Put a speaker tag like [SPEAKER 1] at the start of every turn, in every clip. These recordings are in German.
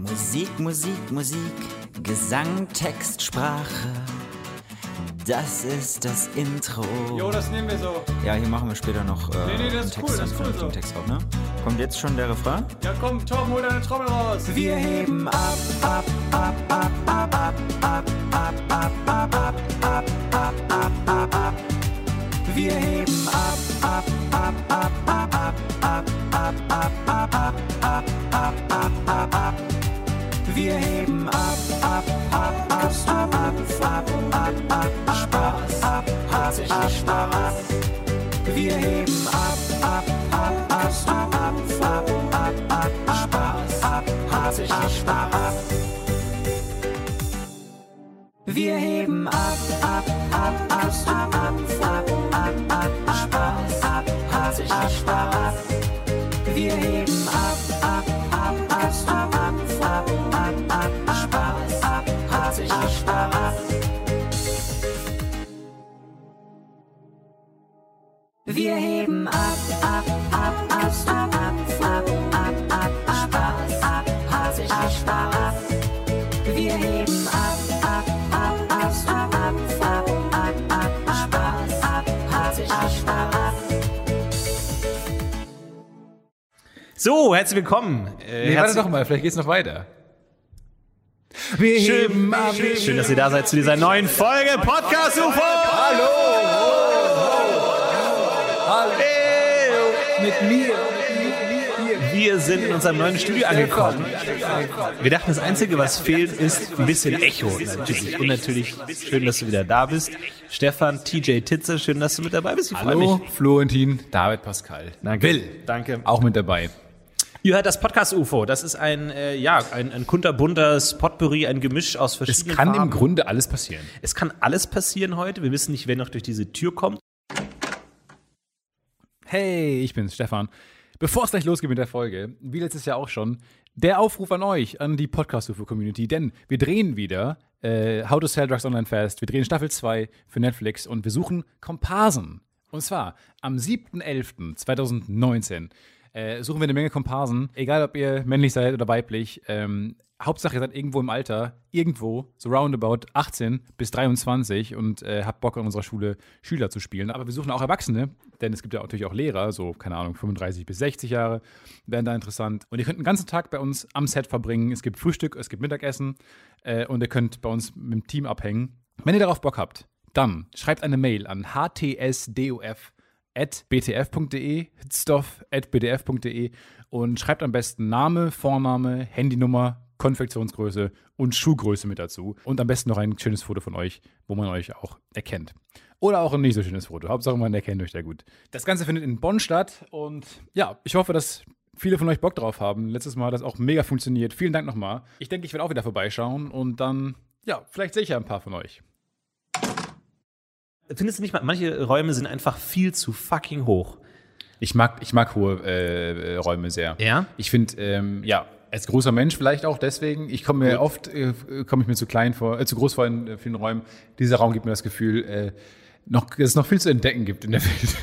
[SPEAKER 1] Musik, Musik, Musik, Gesang, Text, Sprache. Das ist das Intro.
[SPEAKER 2] Oh. Jo, das nehmen wir so.
[SPEAKER 1] Ja, hier machen wir später noch äh,
[SPEAKER 2] Nee, nee, das
[SPEAKER 1] einen
[SPEAKER 2] ist
[SPEAKER 1] Text,
[SPEAKER 2] cool, das ist cool
[SPEAKER 1] einen
[SPEAKER 2] so.
[SPEAKER 1] Text auf, ne? Kommt jetzt schon der Refrain?
[SPEAKER 2] Ja, komm, Tom, hol deine Trommel raus.
[SPEAKER 1] Wir heben ab, ab, ab, ab, ab, ab, ab, ab, ab, ab, ab, ab, ab, ab, ab, ab. Wir heben ab, ab, ab, ab, ab, ab, ab, ab, ab, ab, ab, ab, ab, ab, ab, ab. Wir heben ab, ab, ab, ab, ab, ab, ab, ab, ab, ab, ab, ab, ab, ab, ab. Wir heben ab, ab, ab, ab, ab, ab, ab, ab, ab, ab, ab, ab, ab, ab, ab. Wir heben ab, ab, ab, ab, ab, ab, ab, ab, ab, ab, ab, ab, ab, ab, ab. Wir heben ab, ab, ab, ab, ab, ab, ab, ab, ab, ab, ab, ab, ab, ab, ab. Wir heben ab, ab, ab, ab, ab, ab, ab, ab, ab, ab, ab, ab, ab, ab, ab. Wir heben ab, ab, ab, ab, ab, ab, ab, ab, ab, ab, ab, ab, ab, ab, ab.
[SPEAKER 3] So, herzlich willkommen. Äh,
[SPEAKER 4] Nee, warte
[SPEAKER 3] herzlich-
[SPEAKER 4] doch mal, vielleicht geht's noch weiter. Wir
[SPEAKER 3] Schön, schön, dass ihr da seid zu dieser neuen Folge Podcast UFO. Hallo.
[SPEAKER 4] mit mir.
[SPEAKER 3] Wir sind in unserem neuen Studio angekommen. Wir dachten, das Einzige, was fehlt, ist ein bisschen Echo. Natürlich. Und natürlich schön, dass du wieder da bist. Stefan, TJ Titze, schön, dass du mit dabei bist. Ich freue
[SPEAKER 4] Hallo,
[SPEAKER 3] mich.
[SPEAKER 4] Florentin, David Pascal.
[SPEAKER 3] Danke.
[SPEAKER 4] Will.
[SPEAKER 3] Danke.
[SPEAKER 4] Auch mit dabei.
[SPEAKER 3] Ihr hört das Podcast UFO. Das ist ein, äh, ja, ein, ein kunterbuntes Potpourri, ein Gemisch aus
[SPEAKER 4] Es
[SPEAKER 3] verschiedenen
[SPEAKER 4] kann
[SPEAKER 3] Farben.
[SPEAKER 4] im Grunde alles passieren.
[SPEAKER 3] es kann alles passieren heute. Wir wissen nicht, wer noch durch diese Tür kommt.
[SPEAKER 4] Hey, ich bin's, Stefan. Bevor es gleich losgeht mit der Folge, wie letztes Jahr auch schon, der Aufruf an euch, an die Podcast-UFO-Community, denn wir drehen wieder äh, How to Sell Drugs Online Fast, wir drehen Staffel 2 für Netflix und wir suchen Komparsen. Und zwar am 7.11.2019 äh, suchen wir eine Menge Komparsen, egal ob ihr männlich seid oder weiblich. Ähm, Hauptsache, ihr seid irgendwo im Alter, irgendwo, so roundabout 18 bis 23 und äh, habt Bock, an unserer Schule Schüler zu spielen. Aber wir suchen auch Erwachsene, denn es gibt ja natürlich auch Lehrer, so, keine Ahnung, 35 bis 60 Jahre, wären da interessant. Und ihr könnt einen ganzen Tag bei uns am Set verbringen. Es gibt Frühstück, es gibt Mittagessen äh, und ihr könnt bei uns mit dem Team abhängen. Wenn ihr darauf Bock habt, dann schreibt eine Mail an htsdof at btf.de, hitstoff e, at btf.de e und schreibt am besten Name, Vorname, Handynummer, Konfektionsgröße und Schuhgröße mit dazu. Und am besten noch ein schönes Foto von euch, wo man euch auch erkennt. Oder auch ein nicht so schönes Foto. Hauptsache, man erkennt euch da gut. Das Ganze findet in Bonn statt und ja, ich hoffe, dass viele von euch Bock drauf haben. Letztes Mal hat das auch mega funktioniert. Vielen Dank nochmal. Ich denke, ich werde auch wieder vorbeischauen und dann, ja, vielleicht sehe ich ja ein paar von euch.
[SPEAKER 3] Findest du nicht mal, manche Räume sind einfach viel zu fucking hoch.
[SPEAKER 4] Ich mag, ich mag hohe äh, äh, Räume sehr.
[SPEAKER 3] Ja?
[SPEAKER 4] Ich finde, ähm, ja, als großer Mensch vielleicht auch deswegen. Ich komme mir oft, äh, komme ich mir zu klein vor, äh, zu groß vor in äh, vielen Räumen. Dieser Raum gibt mir das Gefühl, äh, noch, dass es noch viel zu entdecken gibt in der Welt.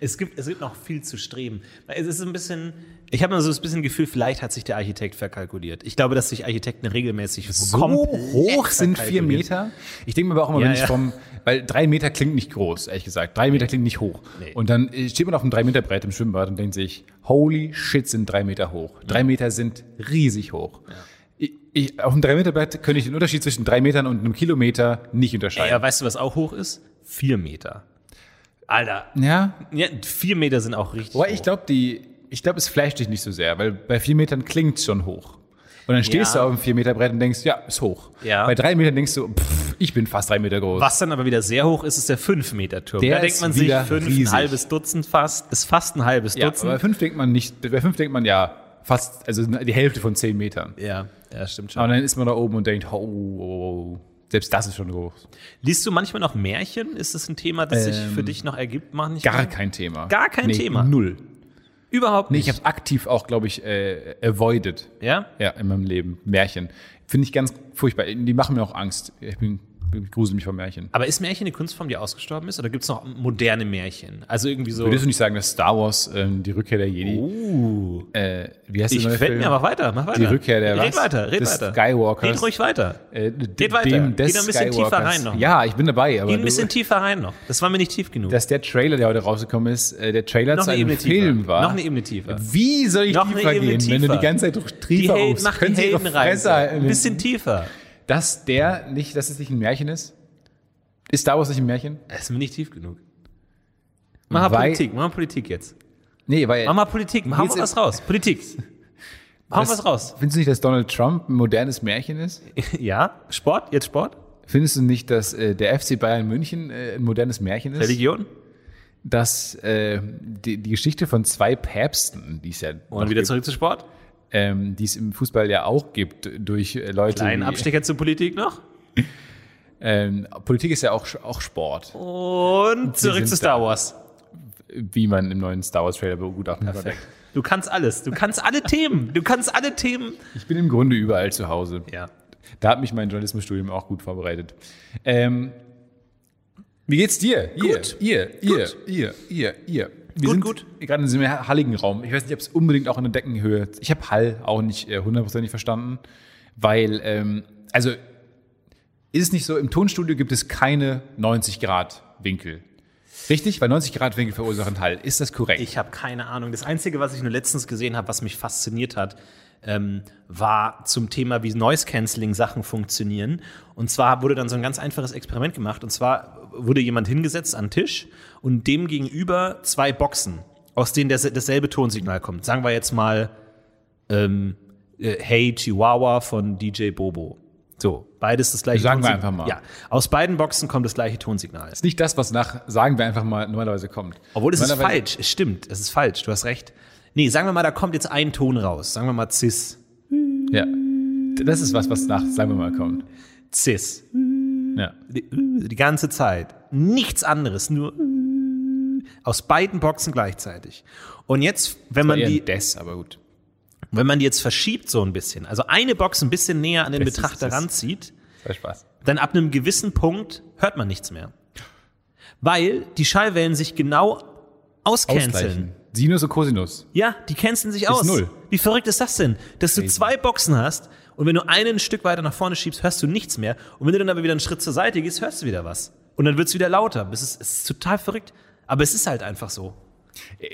[SPEAKER 3] Es gibt, es gibt noch viel zu streben. Es ist ein bisschen, ich habe mal so ein bisschen Gefühl, vielleicht hat sich der Architekt verkalkuliert. Ich glaube, dass sich Architekten regelmäßig komplett verkalkulieren.
[SPEAKER 4] Ich denke mir aber auch immer,
[SPEAKER 3] Ja,
[SPEAKER 4] wenn ich
[SPEAKER 3] ja.
[SPEAKER 4] vom, weil drei Meter klingt nicht groß, ehrlich gesagt. Drei Meter klingt nicht hoch.
[SPEAKER 3] Nee.
[SPEAKER 4] Und dann äh, steht man auf einem drei Meter Brett im Schwimmbad und denkt sich, holy shit, sind drei Meter hoch. Drei Meter sind riesig hoch. Ich, ich, auf einem drei Meter Brett könnte ich den Unterschied zwischen drei Metern und einem Kilometer nicht
[SPEAKER 3] Ey, aber
[SPEAKER 4] unterscheiden.
[SPEAKER 3] weißt du, was auch hoch ist? Vier Meter. Alter.
[SPEAKER 4] ja,
[SPEAKER 3] Ja, vier Meter sind auch richtig.
[SPEAKER 4] Wobei, ich glaube, die, ich glaube, es flasht dich nicht so sehr, weil bei vier Metern klingt schon hoch. Und dann stehst
[SPEAKER 3] Ja.
[SPEAKER 4] du auf einem vier Meter Brett und denkst, ja, ist hoch.
[SPEAKER 3] Ja.
[SPEAKER 4] Bei drei Metern denkst du, pff, ich bin fast drei Meter groß.
[SPEAKER 3] Was dann aber wieder sehr hoch ist, ist der 5-Meter-Turm.
[SPEAKER 4] Der
[SPEAKER 3] Da denkt
[SPEAKER 4] ist
[SPEAKER 3] man sich,
[SPEAKER 4] wieder
[SPEAKER 3] fünf, ein
[SPEAKER 4] riesig.
[SPEAKER 3] halbes Dutzend fast, ist fast ein halbes
[SPEAKER 4] Ja,
[SPEAKER 3] Dutzend.
[SPEAKER 4] bei fünf denkt man nicht, bei fünf denkt man ja fast, also die Hälfte von zehn Metern.
[SPEAKER 3] ja, ja, stimmt schon.
[SPEAKER 4] Aber dann ist man da oben und denkt, oh, oh, oh. selbst das ist schon groß.
[SPEAKER 3] Liest du manchmal noch Märchen? Ist das ein Thema, das sich für dich noch ergibt? Mach nicht
[SPEAKER 4] Ähm, Gar kein Thema.
[SPEAKER 3] Gar kein
[SPEAKER 4] nee,
[SPEAKER 3] Thema.
[SPEAKER 4] Null.
[SPEAKER 3] Überhaupt
[SPEAKER 4] Nee,
[SPEAKER 3] nicht.
[SPEAKER 4] ich habe aktiv auch, glaube ich, äh, avoided.
[SPEAKER 3] ja?
[SPEAKER 4] Ja, in meinem Leben. Märchen. Finde ich ganz furchtbar. Die machen mir auch Angst. Ich bin Ich grusel mich vor Märchen.
[SPEAKER 3] Aber ist Märchen eine Kunstform, die ausgestorben ist? Oder gibt es noch moderne Märchen? Also irgendwie so.
[SPEAKER 4] Würdest du nicht sagen, dass Star Wars ähm, die Rückkehr der Jedi,
[SPEAKER 3] Uh,
[SPEAKER 4] äh, wie heißt
[SPEAKER 3] ich
[SPEAKER 4] der neue
[SPEAKER 3] fällt
[SPEAKER 4] Film?
[SPEAKER 3] mir aber weiter, mach weiter.
[SPEAKER 4] Die Rückkehr der
[SPEAKER 3] Red
[SPEAKER 4] was?
[SPEAKER 3] weiter, red
[SPEAKER 4] Des
[SPEAKER 3] weiter.
[SPEAKER 4] Skywalkers.
[SPEAKER 3] Red ruhig weiter.
[SPEAKER 4] äh,
[SPEAKER 3] Geht weiter.
[SPEAKER 4] Dem, des
[SPEAKER 3] Geh noch ein bisschen tiefer
[SPEAKER 4] Skywalkers.
[SPEAKER 3] rein noch.
[SPEAKER 4] Ja, ich bin dabei, aber
[SPEAKER 3] Geh ein bisschen
[SPEAKER 4] du,
[SPEAKER 3] tiefer rein noch. Das war mir nicht tief genug.
[SPEAKER 4] dass der Trailer, der heute rausgekommen ist, äh, der Trailer
[SPEAKER 3] noch
[SPEAKER 4] zu
[SPEAKER 3] eine
[SPEAKER 4] einem
[SPEAKER 3] Ebene
[SPEAKER 4] Film
[SPEAKER 3] tiefer.
[SPEAKER 4] war.
[SPEAKER 3] Noch eine Ebene tiefer.
[SPEAKER 4] Wie soll ich
[SPEAKER 3] Noch eine
[SPEAKER 4] tiefer
[SPEAKER 3] Ebene
[SPEAKER 4] gehen, wenn du
[SPEAKER 3] tiefer.
[SPEAKER 4] die ganze Zeit durch
[SPEAKER 3] Die
[SPEAKER 4] tiefer
[SPEAKER 3] Helden,
[SPEAKER 4] rufst?
[SPEAKER 3] mach die
[SPEAKER 4] Können Sie Ihre
[SPEAKER 3] Heldenreise.
[SPEAKER 4] Fresse
[SPEAKER 3] Ein
[SPEAKER 4] halten?
[SPEAKER 3] bisschen tiefer.
[SPEAKER 4] Dass der nicht, dass es nicht ein Märchen ist? Ist Star Wars nicht ein Märchen?
[SPEAKER 3] Das ist mir nicht tief genug. Mach mal
[SPEAKER 4] Weil-
[SPEAKER 3] Politik, mach mal Politik jetzt.
[SPEAKER 4] Nee, weil.
[SPEAKER 3] Mach mal Politik, mach mal
[SPEAKER 4] Jetzt-
[SPEAKER 3] was raus. Politik. Hau was raus.
[SPEAKER 4] Findest du nicht, dass Donald Trump ein modernes Märchen ist?
[SPEAKER 3] Ja? Sport? Jetzt Sport?
[SPEAKER 4] Findest du nicht, dass äh, der FC Bayern München äh, ein modernes Märchen ist?
[SPEAKER 3] Religion?
[SPEAKER 4] Dass äh, die, die Geschichte von zwei Päpsten, die es ja
[SPEAKER 3] Und
[SPEAKER 4] noch
[SPEAKER 3] wieder
[SPEAKER 4] gibt,
[SPEAKER 3] zurück zu Sport?
[SPEAKER 4] ähm, die es im Fußball ja auch gibt, durch äh, Leute.
[SPEAKER 3] Kleinen
[SPEAKER 4] die-
[SPEAKER 3] Abstecher zur Politik noch?
[SPEAKER 4] Ähm, Politik ist ja auch, auch Sport,
[SPEAKER 3] Und zurück
[SPEAKER 4] sind
[SPEAKER 3] zu Star Wars.
[SPEAKER 4] wie man im neuen Star Wars Trailer begutachten kann.
[SPEAKER 3] Du kannst alles. Du kannst alle Themen. Du kannst alle Themen.
[SPEAKER 4] Ich bin im Grunde überall zu Hause.
[SPEAKER 3] Ja.
[SPEAKER 4] Da hat mich mein Journalismusstudium auch gut vorbereitet. Ähm, wie geht's dir?
[SPEAKER 3] Gut.
[SPEAKER 4] Ihr, ihr, ihr, ihr, ihr, ihr. Wir
[SPEAKER 3] Gut,
[SPEAKER 4] sind
[SPEAKER 3] gut.
[SPEAKER 4] gerade in diesem halligen Raum. Ich weiß nicht, ob es unbedingt auch in der Deckenhöhe. Ich habe Hall auch nicht äh, hundertprozentig verstanden, weil ähm, also ist es nicht so. Im Tonstudio gibt es keine 90 Grad Winkel, richtig? Weil 90 Grad Winkel verursachen Hall. Ist das korrekt?
[SPEAKER 3] Ich habe keine Ahnung. Das Einzige, was ich nur letztens gesehen habe, was mich fasziniert hat, ähm, war zum Thema, wie Noise-Canceling-Sachen funktionieren. Und zwar wurde dann so ein ganz einfaches Experiment gemacht. Und zwar wurde jemand hingesetzt an den Tisch und dem gegenüber zwei Boxen, aus denen das, dasselbe Tonsignal kommt. Sagen wir jetzt mal, ähm, äh, Hey Chihuahua von DJ Bobo. So, beides das gleiche
[SPEAKER 4] Sagen wir
[SPEAKER 3] Tonsignal.
[SPEAKER 4] einfach mal.
[SPEAKER 3] Ja, aus beiden Boxen kommt das gleiche Tonsignal.
[SPEAKER 4] ist nicht das, was nach sagen wir einfach mal normalerweise kommt.
[SPEAKER 3] Obwohl es ist
[SPEAKER 4] Normalerweise-
[SPEAKER 3] falsch, es stimmt, es ist falsch, du hast recht. Nee, sagen wir mal, da kommt jetzt ein Ton raus. Sagen wir mal Cis.
[SPEAKER 4] Ja, das ist was, was nach sagen wir mal kommt.
[SPEAKER 3] Cis.
[SPEAKER 4] Ja.
[SPEAKER 3] Die, die ganze Zeit. Nichts anderes, nur aus beiden Boxen gleichzeitig. Und jetzt, wenn man,
[SPEAKER 4] Eher ein
[SPEAKER 3] die,
[SPEAKER 4] Des, aber gut.
[SPEAKER 3] wenn man die jetzt verschiebt so ein bisschen, also eine Box ein bisschen näher an den
[SPEAKER 4] Das ist-
[SPEAKER 3] Betrachter
[SPEAKER 4] das-
[SPEAKER 3] ranzieht,
[SPEAKER 4] War Spaß.
[SPEAKER 3] dann ab einem gewissen Punkt hört man nichts mehr. Weil die Schallwellen sich genau auscanceln.
[SPEAKER 4] Ausgleichen. Sinus und Cosinus.
[SPEAKER 3] Ja, die canceln sich aus.
[SPEAKER 4] null.
[SPEAKER 3] Wie verrückt ist das denn? Dass du zwei Boxen hast und wenn du einen ein Stück weiter nach vorne schiebst, hörst du nichts mehr. Und wenn du dann aber wieder einen Schritt zur Seite gehst, hörst du wieder was. Und dann wird's wieder lauter. Es ist, es ist total verrückt. Aber es ist halt einfach so.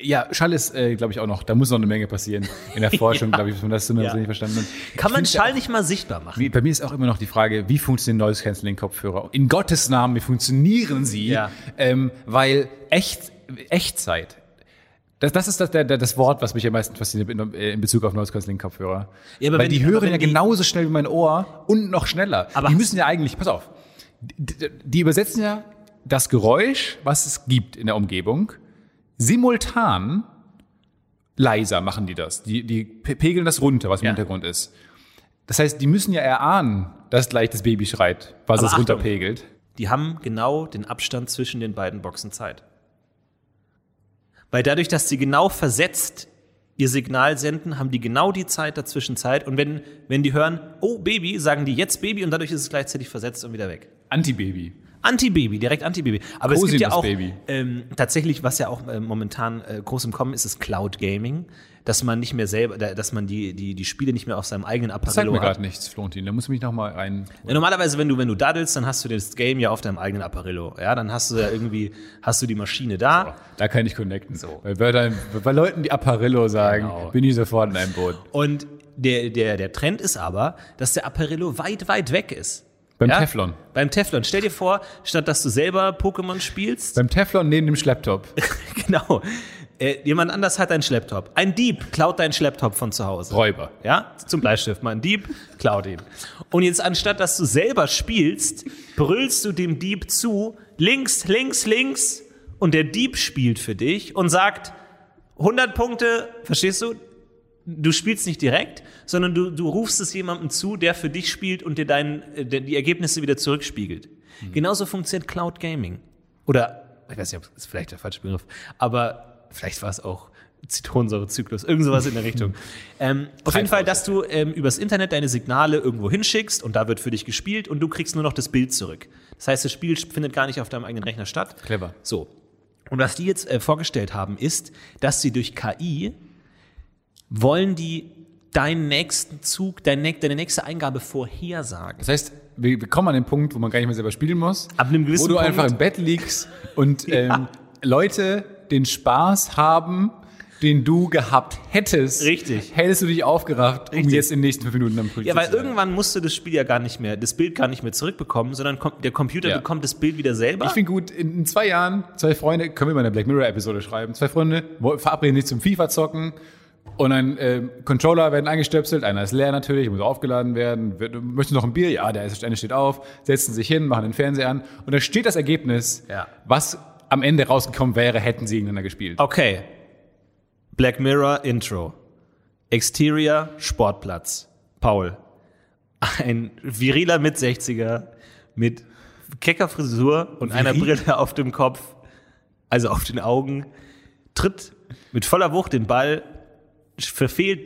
[SPEAKER 4] Ja, Schall ist, äh, glaube ich, auch noch. Da muss noch eine Menge passieren. In der Forschung, glaube ich, dass man das so
[SPEAKER 3] Ja.
[SPEAKER 4] nicht verstanden hat.
[SPEAKER 3] Kann man
[SPEAKER 4] Ich find
[SPEAKER 3] Schall nicht mal sichtbar machen?
[SPEAKER 4] Wie, bei mir ist auch immer noch die Frage, wie funktionieren Noise Cancelling Kopfhörer? In Gottes Namen, wie funktionieren sie?
[SPEAKER 3] Ja.
[SPEAKER 4] Ähm, weil echt, Echtzeit. Das, das ist das, der, der- das Wort, was mich am meisten fasziniert in, äh, in Bezug auf Noise Cancelling Kopfhörer.
[SPEAKER 3] Ja, aber
[SPEAKER 4] weil
[SPEAKER 3] wenn-
[SPEAKER 4] die
[SPEAKER 3] aber
[SPEAKER 4] hören
[SPEAKER 3] wenn
[SPEAKER 4] ja
[SPEAKER 3] die-
[SPEAKER 4] genauso schnell wie mein Ohr und noch schneller.
[SPEAKER 3] Aber-
[SPEAKER 4] die müssen ja eigentlich, pass auf, die, die übersetzen ja das Geräusch, was es gibt in der Umgebung, simultan leiser machen die das. Die, die pe- pegeln das runter, was im
[SPEAKER 3] Ja.
[SPEAKER 4] Hintergrund ist. Das heißt, die müssen ja erahnen, dass gleich das Baby schreit, was
[SPEAKER 3] Aber
[SPEAKER 4] es
[SPEAKER 3] Achtung.
[SPEAKER 4] runterpegelt.
[SPEAKER 3] Die haben genau den Abstand zwischen den beiden Boxen Zeit. Weil dadurch, dass sie genau versetzt ihr Signal senden, haben die genau die Zeit dazwischen Zeit. Und wenn, wenn die hören, oh Baby, sagen die jetzt Baby und dadurch ist es gleichzeitig versetzt und wieder weg.
[SPEAKER 4] Antibaby.
[SPEAKER 3] Antibaby, direkt Antibaby. Aber es gibt ja auch
[SPEAKER 4] Cosinus-Baby.
[SPEAKER 3] ähm, tatsächlich, was ja auch äh, momentan äh, groß im Kommen ist, ist Cloud Gaming, dass man nicht mehr selber, da- dass man die, die, die Spiele nicht mehr auf seinem eigenen
[SPEAKER 4] Das sagt
[SPEAKER 3] Apparillo
[SPEAKER 4] mir
[SPEAKER 3] hat.
[SPEAKER 4] gerade nichts, Florentin. Da muss ich mich nochmal rein.
[SPEAKER 3] Ja, normalerweise, wenn du, wenn du daddelst, dann hast du das Game ja auf deinem eigenen Apparillo. Ja, dann hast du ja irgendwie, hast du die Maschine da.
[SPEAKER 4] Da kann ich connecten. Bei, Wörtern, bei Leuten, die Apparillo sagen,
[SPEAKER 3] Genau.
[SPEAKER 4] bin ich sofort in einem Boot.
[SPEAKER 3] Und der, der, der Trend ist aber, dass der Apparillo weit, weit weg ist.
[SPEAKER 4] Beim
[SPEAKER 3] Ja?
[SPEAKER 4] Teflon.
[SPEAKER 3] Beim Teflon. Stell dir vor, statt dass du selber Pokémon spielst,
[SPEAKER 4] Beim Teflon neben dem Schlepptop.
[SPEAKER 3] genau, äh, jemand anders hat deinen Schlepptop. Ein Dieb klaut deinen Schlepptop von zu Hause.
[SPEAKER 4] Räuber.
[SPEAKER 3] Ja, zum Bleistift. Mal ein Dieb, klaut ihn. Und jetzt anstatt, dass du selber spielst, brüllst du dem Dieb zu, links, links, links, und der Dieb spielt für dich und sagt, 100 Punkte, verstehst du? Du spielst nicht direkt, sondern du, du rufst es jemandem zu, der für dich spielt und dir dein, äh, de- die Ergebnisse wieder zurückspiegelt. Genauso funktioniert Cloud Gaming. Oder, ich weiß nicht, ob es vielleicht der falsche Begriff, aber vielleicht war es auch Zitronensäurezyklus, irgend sowas in der Richtung. Ähm, auf jeden Fall, dass du ähm, übers Internet deine Signale irgendwo hinschickst und da wird für dich gespielt und du kriegst nur noch das Bild zurück. Das heißt, das Spiel findet gar nicht auf deinem eigenen Rechner statt.
[SPEAKER 4] Clever.
[SPEAKER 3] So. Und was die jetzt äh, vorgestellt haben, ist, dass sie durch KI wollen die deinen nächsten Zug, dein, näch- deine nächste Eingabe vorhersagen.
[SPEAKER 4] Das heißt, wir, wir kommen an den Punkt, wo man gar nicht mehr selber spielen muss.
[SPEAKER 3] Ab einem gewissen
[SPEAKER 4] Wo du
[SPEAKER 3] Punkt-
[SPEAKER 4] einfach im Bett liegst und ähm, Leute den Spaß haben, den du gehabt hättest.
[SPEAKER 3] Richtig.
[SPEAKER 4] Hättest du dich aufgerafft, um
[SPEAKER 3] Richtig.
[SPEAKER 4] jetzt in den nächsten fünf Minuten am Pult
[SPEAKER 3] Ja, weil
[SPEAKER 4] zu sein.
[SPEAKER 3] irgendwann musst du das Spiel ja gar nicht mehr, das Bild gar nicht mehr zurückbekommen, sondern kommt, der Computer
[SPEAKER 4] Ja.
[SPEAKER 3] bekommt das Bild wieder selber.
[SPEAKER 4] Ich finde gut, in in zwei Jahren, zwei Freunde, können wir mal eine Black Mirror-Episode schreiben. Zwei Freunde wo- verabreden sich zum FIFA-Zocken und ein äh, Controller werden eingestöpselt. Einer ist leer natürlich, muss aufgeladen werden. Wird, möchten noch ein Bier? Ja, der ist- eine steht auf, setzen sich hin, machen den Fernseher an und da steht das Ergebnis,
[SPEAKER 3] Ja.
[SPEAKER 4] was am Ende rausgekommen wäre, hätten sie gegeneinander gespielt.
[SPEAKER 3] okay. Black Mirror Intro. Exterior Sportplatz. Paul. Ein viriler Mit-60er mit kecker Frisur und einer
[SPEAKER 4] Viril?
[SPEAKER 3] Brille auf dem Kopf, also auf den Augen, tritt mit voller Wucht den Ball, verfehlt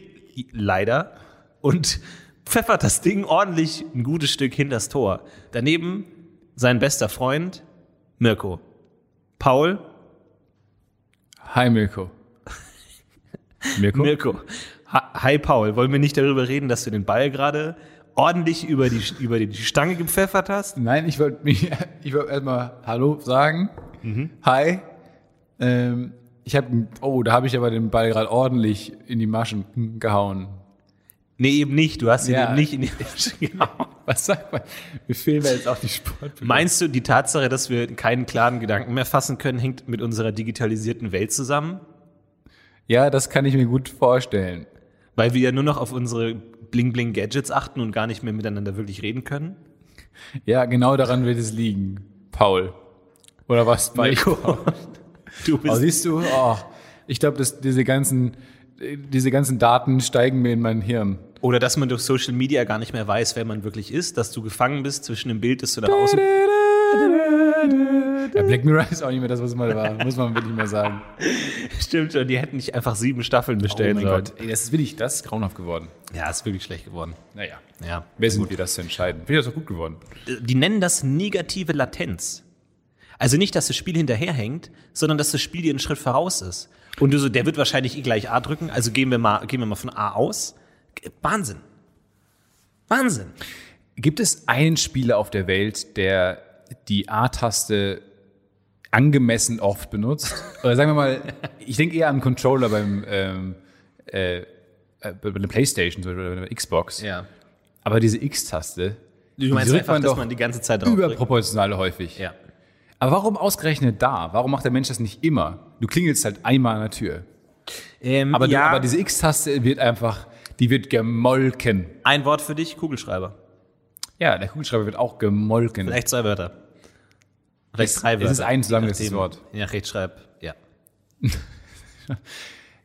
[SPEAKER 3] leider und pfeffert das Ding ordentlich ein gutes Stück hinters Tor. Daneben sein bester Freund Mirko. Paul,
[SPEAKER 4] Hi Mirko. Mirko?
[SPEAKER 3] Mirko. Ha- Hi Paul, wollen wir nicht darüber reden, dass du den Ball gerade ordentlich über die, über die Stange gepfeffert hast?
[SPEAKER 4] Nein, ich wollte mich, ich wollte erstmal Hallo sagen. Hi. Ähm, ich habe, oh, da habe ich aber den Ball gerade ordentlich in die Maschen gehauen.
[SPEAKER 3] Nee, eben nicht. Du hast ihn
[SPEAKER 4] Ja.
[SPEAKER 3] eben nicht in die Tasche gehauen.
[SPEAKER 4] Was sagt man? Mir fehlen da jetzt auch die Sport.
[SPEAKER 3] Meinst du, die Tatsache, dass wir keinen klaren Gedanken mehr fassen können, hängt mit unserer digitalisierten Welt zusammen?
[SPEAKER 4] Ja, das kann ich mir gut vorstellen.
[SPEAKER 3] Weil wir ja nur noch auf unsere Bling-Bling-Gadgets achten und gar nicht mehr miteinander wirklich reden können?
[SPEAKER 4] Ja, genau daran wird es liegen, Paul. Oder was? Bei
[SPEAKER 3] Mirko, du
[SPEAKER 4] Oh,
[SPEAKER 3] bist
[SPEAKER 4] siehst du? Oh, ich glaube, dass diese ganzen, diese ganzen Daten steigen mir in mein Hirn.
[SPEAKER 3] Oder dass man durch Social Media gar nicht mehr weiß, wer man wirklich ist, dass du gefangen bist zwischen dem Bild, das du nach außen.
[SPEAKER 4] Ja, Black Mirror ist auch nicht mehr das, was es mal war. Muss man wirklich mal sagen.
[SPEAKER 3] Stimmt schon, die hätten nicht einfach sieben Staffeln
[SPEAKER 4] Oh
[SPEAKER 3] bestellen
[SPEAKER 4] mein
[SPEAKER 3] sollen.
[SPEAKER 4] Gott, ey, das ist wirklich, das ist grauenhaft geworden.
[SPEAKER 3] Ja, ist wirklich schlecht geworden.
[SPEAKER 4] Naja.
[SPEAKER 3] Ja.
[SPEAKER 4] Wer sind wir, das zu entscheiden? Wieder ist doch gut geworden.
[SPEAKER 3] Die nennen das negative Latenz. Also nicht, dass das Spiel hinterherhängt, sondern dass das Spiel dir einen Schritt voraus ist. Und du so, der wird wahrscheinlich eh gleich A drücken, also gehen wir mal, gehen wir mal von A aus. Wahnsinn. Wahnsinn.
[SPEAKER 4] Gibt es einen Spieler auf der Welt, der die A-Taste angemessen oft benutzt? Oder sagen wir mal, ich denke eher an Controller beim ähm, äh, äh, bei der Playstation zum Beispiel, oder bei der Xbox.
[SPEAKER 3] Ja.
[SPEAKER 4] Aber diese X-Taste,
[SPEAKER 3] Du meinst
[SPEAKER 4] drückt
[SPEAKER 3] einfach,
[SPEAKER 4] man
[SPEAKER 3] dass
[SPEAKER 4] doch
[SPEAKER 3] man die ganze Zeit drauf drückt.
[SPEAKER 4] überproportional häufig.
[SPEAKER 3] Ja.
[SPEAKER 4] Aber warum ausgerechnet da? Warum macht der Mensch das nicht immer? Du klingelst halt einmal an der Tür.
[SPEAKER 3] Ähm,
[SPEAKER 4] Aber,
[SPEAKER 3] ja,
[SPEAKER 4] du, aber diese X-Taste wird einfach, die wird gemolken.
[SPEAKER 3] ein Wort für dich, Kugelschreiber.
[SPEAKER 4] Ja, der Kugelschreiber wird auch gemolken.
[SPEAKER 3] Vielleicht zwei Wörter. Vielleicht
[SPEAKER 4] Es-
[SPEAKER 3] drei
[SPEAKER 4] es
[SPEAKER 3] Wörter.
[SPEAKER 4] ist ein zusammengesetztes
[SPEAKER 3] Je nachdem,
[SPEAKER 4] Wort.
[SPEAKER 3] Je nach Rechtschreib, ja.